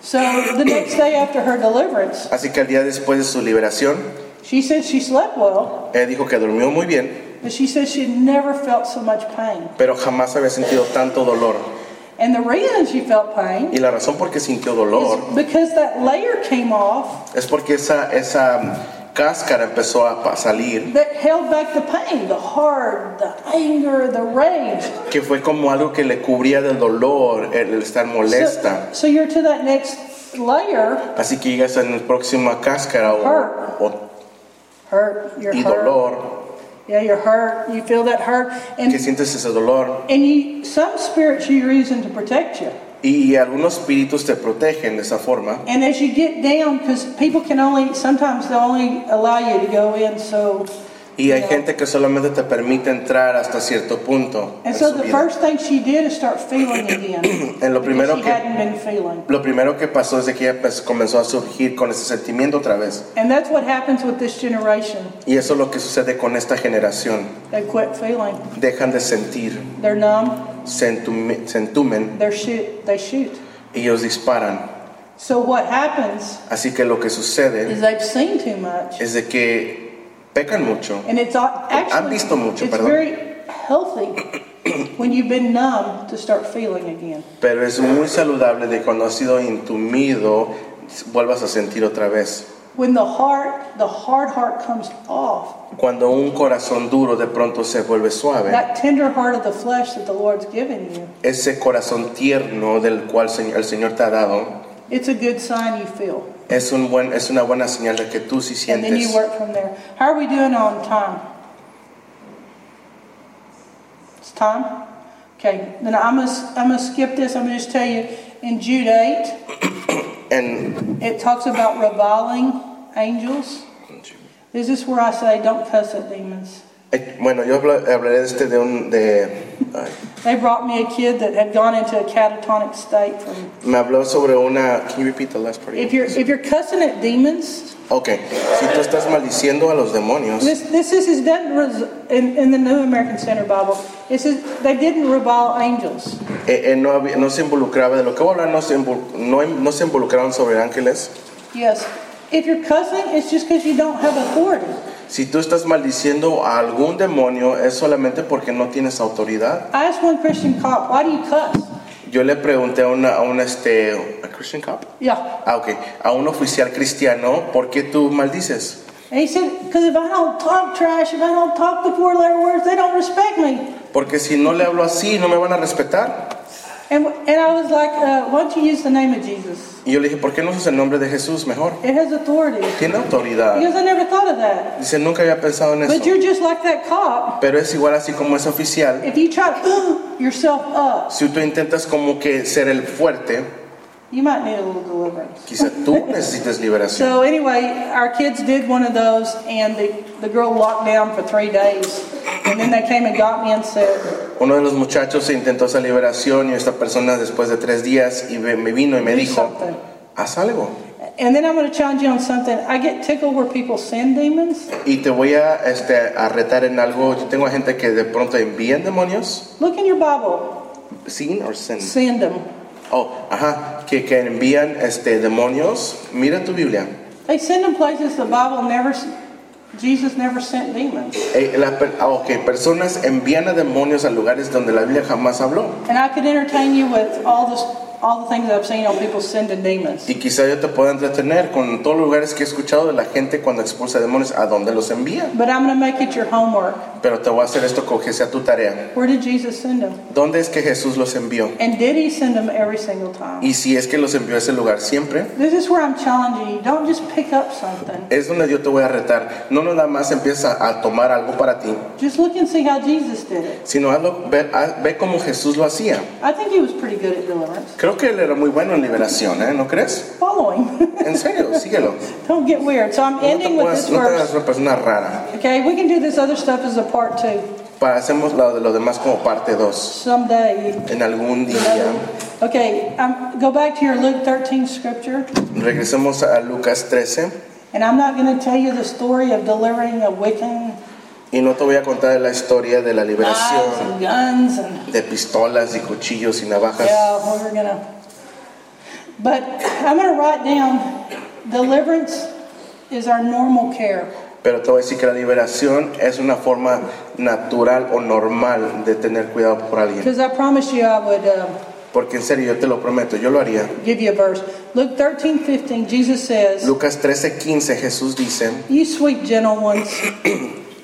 So the next day after her deliverance,
Así que al día después de su liberación,
she said she slept well,
ella dijo que durmió muy bien,
but she said she had never felt so much pain.
pero jamás había sentido tanto dolor.
And the reason she felt pain
Y la razón por qué sintió dolor
is because that layer came off
es porque esa, esa cáscara empezó a pa- salir,
that held back the pain, the hard, the anger, the rage.
que fue como algo que le cubría del dolor, el el estar molesta.
So, so you're to that next layer,
Así que llegas a la próxima cáscara o- o-
hurt, you're
y
hurt.
dolor,
Yeah, you're hurt. You feel that hurt, and
que sientes ese dolor.
and you, some spirits you use them to protect you.
Y algunos espíritus te protegen de esa forma.
And as you get down, because people can only, sometimes they'll only allow you to go in, so.
Y hay gente que solamente te permite entrar hasta cierto punto.
And
en
so
su
the
vida.
first thing she did is start feeling again.
En lo primero
because she
que-
hadn't been feeling.
Lo primero que pasó es de que ella pues, comenzó a surgir con ese sentimiento otra vez.
And that's what happens with this generation.
Y eso es lo que sucede con esta generación.
They quit feeling.
Dejan de sentir,
They're numb,
se, entume- se entumen
they're shoot, they shoot.
y ellos disparan.
So what happens
Así que lo que sucede
is they've seen too much.
es de que pecan mucho.
And it's a-
Han
actually,
visto mucho,
it's
perdón.
very healthy when you've been numb to start feeling again.
Pero es muy saludable de cuando has sido intumido, vuelvas a sentir otra vez.
When the heart, the hard heart comes off,
Cuando un corazón duro de pronto se vuelve suave,
that tender heart of the flesh that the Lord's given you,
ese corazón tierno del cual se- el Señor te ha dado,
it's a good sign you feel.
es, un buen, es una buena señal de que tú sí
And then
sientes.
you work from there. How are we doing on time? It's time? Okay, then I'm gonna, s- I'm gonna skip this, I'm gonna just tell you, in Jude 8,
En,
it talks about reviling angels. This is where I say, don't cuss at demons.
eh, bueno, yo habla- hablaré de este de un... De, ay,
They brought me a kid that had gone into a catatonic state from,
me habló sobre una... Can you repeat the last part again,
if you're,
please?
if you're cussing at demons,
Ok, si tú estás maldiciendo a los demonios,
This, this is, it doesn't, res- in, in the New American Standard Bible, it says, they didn't revile angels.
eh, eh, no, había- no se involucraba, de lo que voy a hablar, no se, invol- no, no se involucraron sobre ángeles.
Yes. If you're cussing, it's just because you don't have authority.
Si tú estás maldiciendo a algún demonio, es solamente porque no tienes autoridad.
I asked one Christian cop, why do you cuss?
Yo le pregunté a una, a un, este, a Christian cop,
Yeah.
ah, ok, a un oficial cristiano, ¿por qué tú maldices?
And he said, because if I don't talk trash, if I don't talk the four letter words, they don't respect me.
Porque si no le hablo así, no me van a respetar.
And, and I was like, uh, why don't you use the name of Jesus?
Y yo le dije, ¿por qué no usas el nombre de Jesús mejor?
It has authority.
Tiene autoridad.
Because I never thought of that.
Dice, nunca había pensado en
But
eso.
you're just like that cop.
Pero es igual así como es oficial.
If you try to yourself up,
Si tú intentas como que ser el fuerte,
you might need a little deliverance.
quizá tú necesites liberación.
So anyway, our kids did one of those, and the, the girl locked down for three days. And then they came and got me and said,
Uno de los muchachos se intentó esa liberación y esta persona después de tres días y ve- me vino y me
do
dijo,
something.
haz algo.
And then I'm going to challenge you on something. I get tickled where people send demons.
Y te voy a, este, a retar en algo. Yo tengo gente que de pronto envían demonios.
Look in your Bible.
Sin o sin.
Send them.
Oh, ajá. Que, que envían este, demonios. Mira tu Biblia.
They send them places the Bible never, s- Jesus never sent demons.
Eh, la per- ah, ok, personas envían a demonios a lugares donde la Biblia jamás habló.
And I could entertain you with all this, all the things that I've seen on people sending demons.
Y quizá yo te pueda entretener con todos los lugares que he escuchado de la gente cuando expulsa demonios, a dónde los envía.
But I'm going to make it your homework.
Pero te voy a hacer esto con que sea tu tarea.
Where did Jesus send them?
¿Dónde es que Jesús los envió?
And did he send them every single time?
Y si es que los envió a ese lugar siempre,
This is where I'm challenging you. Don't just pick up something.
es donde yo te voy a retar. No nada más empieza a tomar algo para ti,
Just look and see how Jesus did it.
sino hazlo- ve, ha- ve cómo Jesús lo hacía.
I think he was pretty good at deliverance.
Creo que él era muy bueno en liberación, ¿eh? ¿No crees?
Follow him.
En serio, síguelo.
Don't get weird. So I'm
No te,
ending with
puedas,
this
no te hagas
verse.
una persona rara.
Okay, we can do this other stuff as a part two
Para hacemos lo de lo demás como parte 2
someday.
en algún
you know.
día.
Okay, um, go back to your Luke 13 scripture.
Regresemos a Lucas 13
And I'm not going to tell you the story of delivering a Wiccan
y no te voy a contar la historia de la
knives
liberación
and guns and
de pistolas y cuchillos y navajas.
Yeah, we we're gonna. But I'm gonna write down, deliverance is our normal care.
Pero te voy a decir que la liberación es una forma natural o normal de tener cuidado por alguien.
Because I promised you I would uh,
Porque en serio, yo te lo prometo, yo lo haría.
give you a verse. Luke 13, 15, Jesus says,
Lucas 13, 15, Jesús dice.
You sweet gentle ones,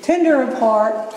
tender of heart.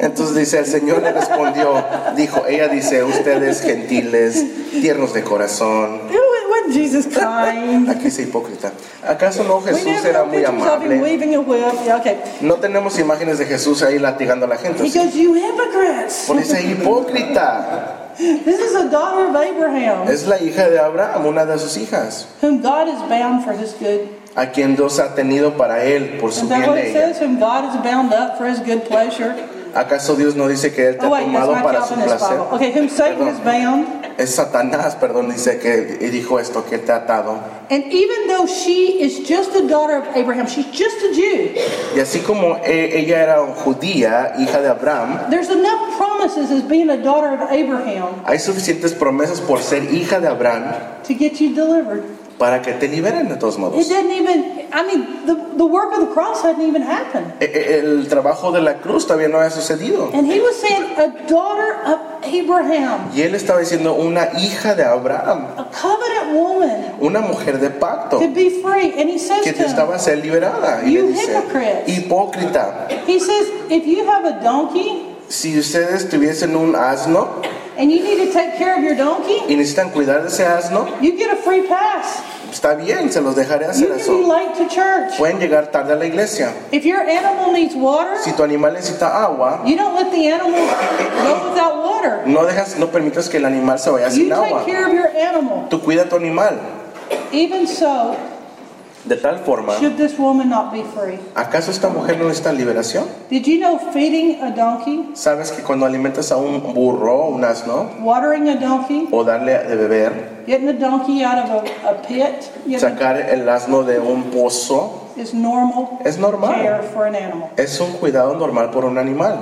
Entonces dice, el Señor le respondió, dijo, ella dice, ustedes gentiles, tiernos de corazón.
It wasn't Jesus kind.
Aquí se hipócrita. ¿Acaso no
We
Jesús
never
era
have
muy
pictures of him
amable?
waving a whip. Yeah, okay.
No tenemos imágenes de Jesús ahí latigando a la gente.
He
¿sí?
goes, You hypocrites.
Por ese hipócrita.
This is a daughter of Abraham,
Es la hija de Abraham, una de sus hijas,
whom God is bound for his good.
a quien Dios ha tenido para él por su
Is that
bien
what
de
it
ella.
says? Whom God is bound up for his good pleasure?
¿Acaso Dios no dice que él te
Oh,
ha
wait, that's
tomado
not
para su
Calvinist
placer?
Bible. Okay, whom Satan is bound.
Es Satanás, perdón, dice que y dijo esto, que él te ha atado.
And even though she is just a daughter of Abraham, she's just a Jew,
Y así como e- ella era judía, hija de Abraham,
there's enough promises as being a daughter of Abraham
hay suficientes promesas por ser hija de Abraham
to get you delivered.
para que te liberen de todos
It
modos.
didn't even, I mean, the, the work of the cross hadn't even happened.
E- e- El trabajo de la cruz todavía no había sucedido.
And he was saying, a daughter of Abraham,
Y él estaba diciendo una hija de Abraham,
a covenant woman,
una mujer de pacto,
could be free. And he says
que
to
estaba
him,
a ser liberada. Y
You
le dice,
hypocrite.
hipócrita,
he says, if you have a donkey
si ustedes tuviesen un asno
and you need to take care of your donkey,
y necesitan cuidar de ese asno,
you get a free pass.
está bien, se los dejaré
You
hacer
can be
eso.
late to church.
Pueden llegar tarde a la iglesia.
If your animal needs water,
Si tu animal necesita agua,
you don't let the animal go without water.
no dejas, no permitas que el animal se vaya
You
sin agua.
take care of your animal.
Tú cuida a tu animal.
Even so,
De tal forma,
should this woman not be free?
¿acaso esta mujer no necesita liberación?
Did you know feeding a donkey,
Sabes que cuando alimentas a un burro, un asno,
watering a donkey,
o darle de beber,
Getting a donkey out of a, a pit you know,
Sacar el asno de un pozo
is normal
es normal.
care for an animal.
Es un cuidado normal por un animal.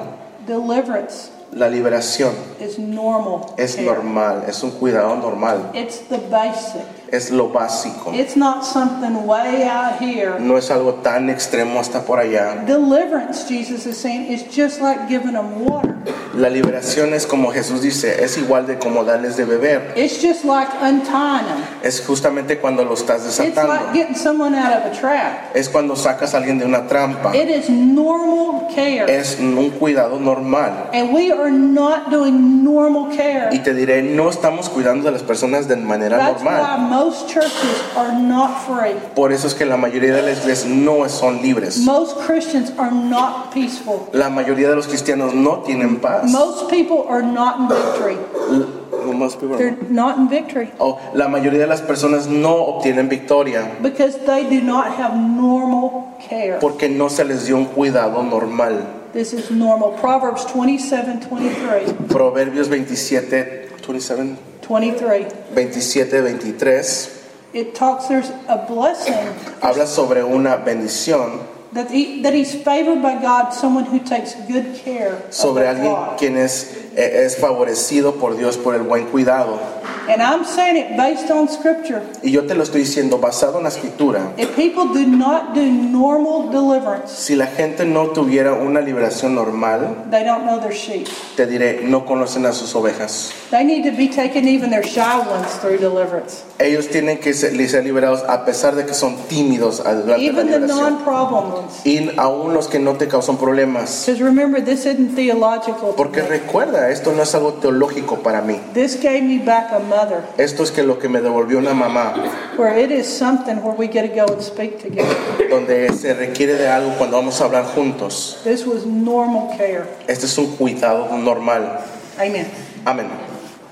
Deliverance
La liberación
is normal.
es
care.
normal, es un cuidado normal.
It's the basic.
Es lo básico.
It's not something way out here.
No es algo tan extremo hasta por allá.
Deliverance, Jesus is saying, is just like giving them water.
La liberación es como Jesús dice, es igual de como darles de beber.
It's just like untying them.
Es justamente cuando lo estás
It's like
desatando.
getting someone out of a trap.
Es cuando sacas a alguien de una trampa.
It is normal care.
Es un cuidado normal.
And we are not doing normal care.
Y te diré, no estamos cuidando de las personas de manera
That's
normal.
why most churches are not free.
Por eso es que la mayoría de las iglesias no son libres.
Most Christians are not peaceful.
La mayoría de los cristianos no tienen paz.
Most people are not in victory.
L- most people-
They're not in victory
Oh, la mayoría de las personas no obtienen victoria
because they do not have normal care.
porque no se les dio un cuidado normal.
This is normal. Proverbs 27 23.
Proverbios 27, 27,
23.
27, 23
It talks there's a blessing
habla sobre una bendición,
that, he, that he's favored by God, someone who takes good care of
sobre
the
alguien
flock.
quien es, eh, es favorecido por Dios por el buen cuidado.
And I'm saying it based on scripture.
Y yo te lo estoy diciendo basado en la escritura.
If people do not do normal deliverance,
Si la gente no tuviera una liberación normal,
they don't know their sheep.
Te diré, no conocen a sus ovejas.
They need to be taken, even their shy ones, through deliverance.
Ellos tienen que ser, ser liberados a pesar de que son tímidos durante la
Even the
liberación.
non problem ones.
Y aún los que no te causan problemas.
Because remember, this isn't theological. to
Porque
me.
recuerda, esto no es algo teológico para mí.
This gave me back a mother,
Esto es que lo que me devolvió una mamá,
where it is something where we get to go and speak together.
donde se requiere de algo cuando vamos a hablar juntos.
This was normal care.
Este es un cuidado normal.
Amen.
Amén.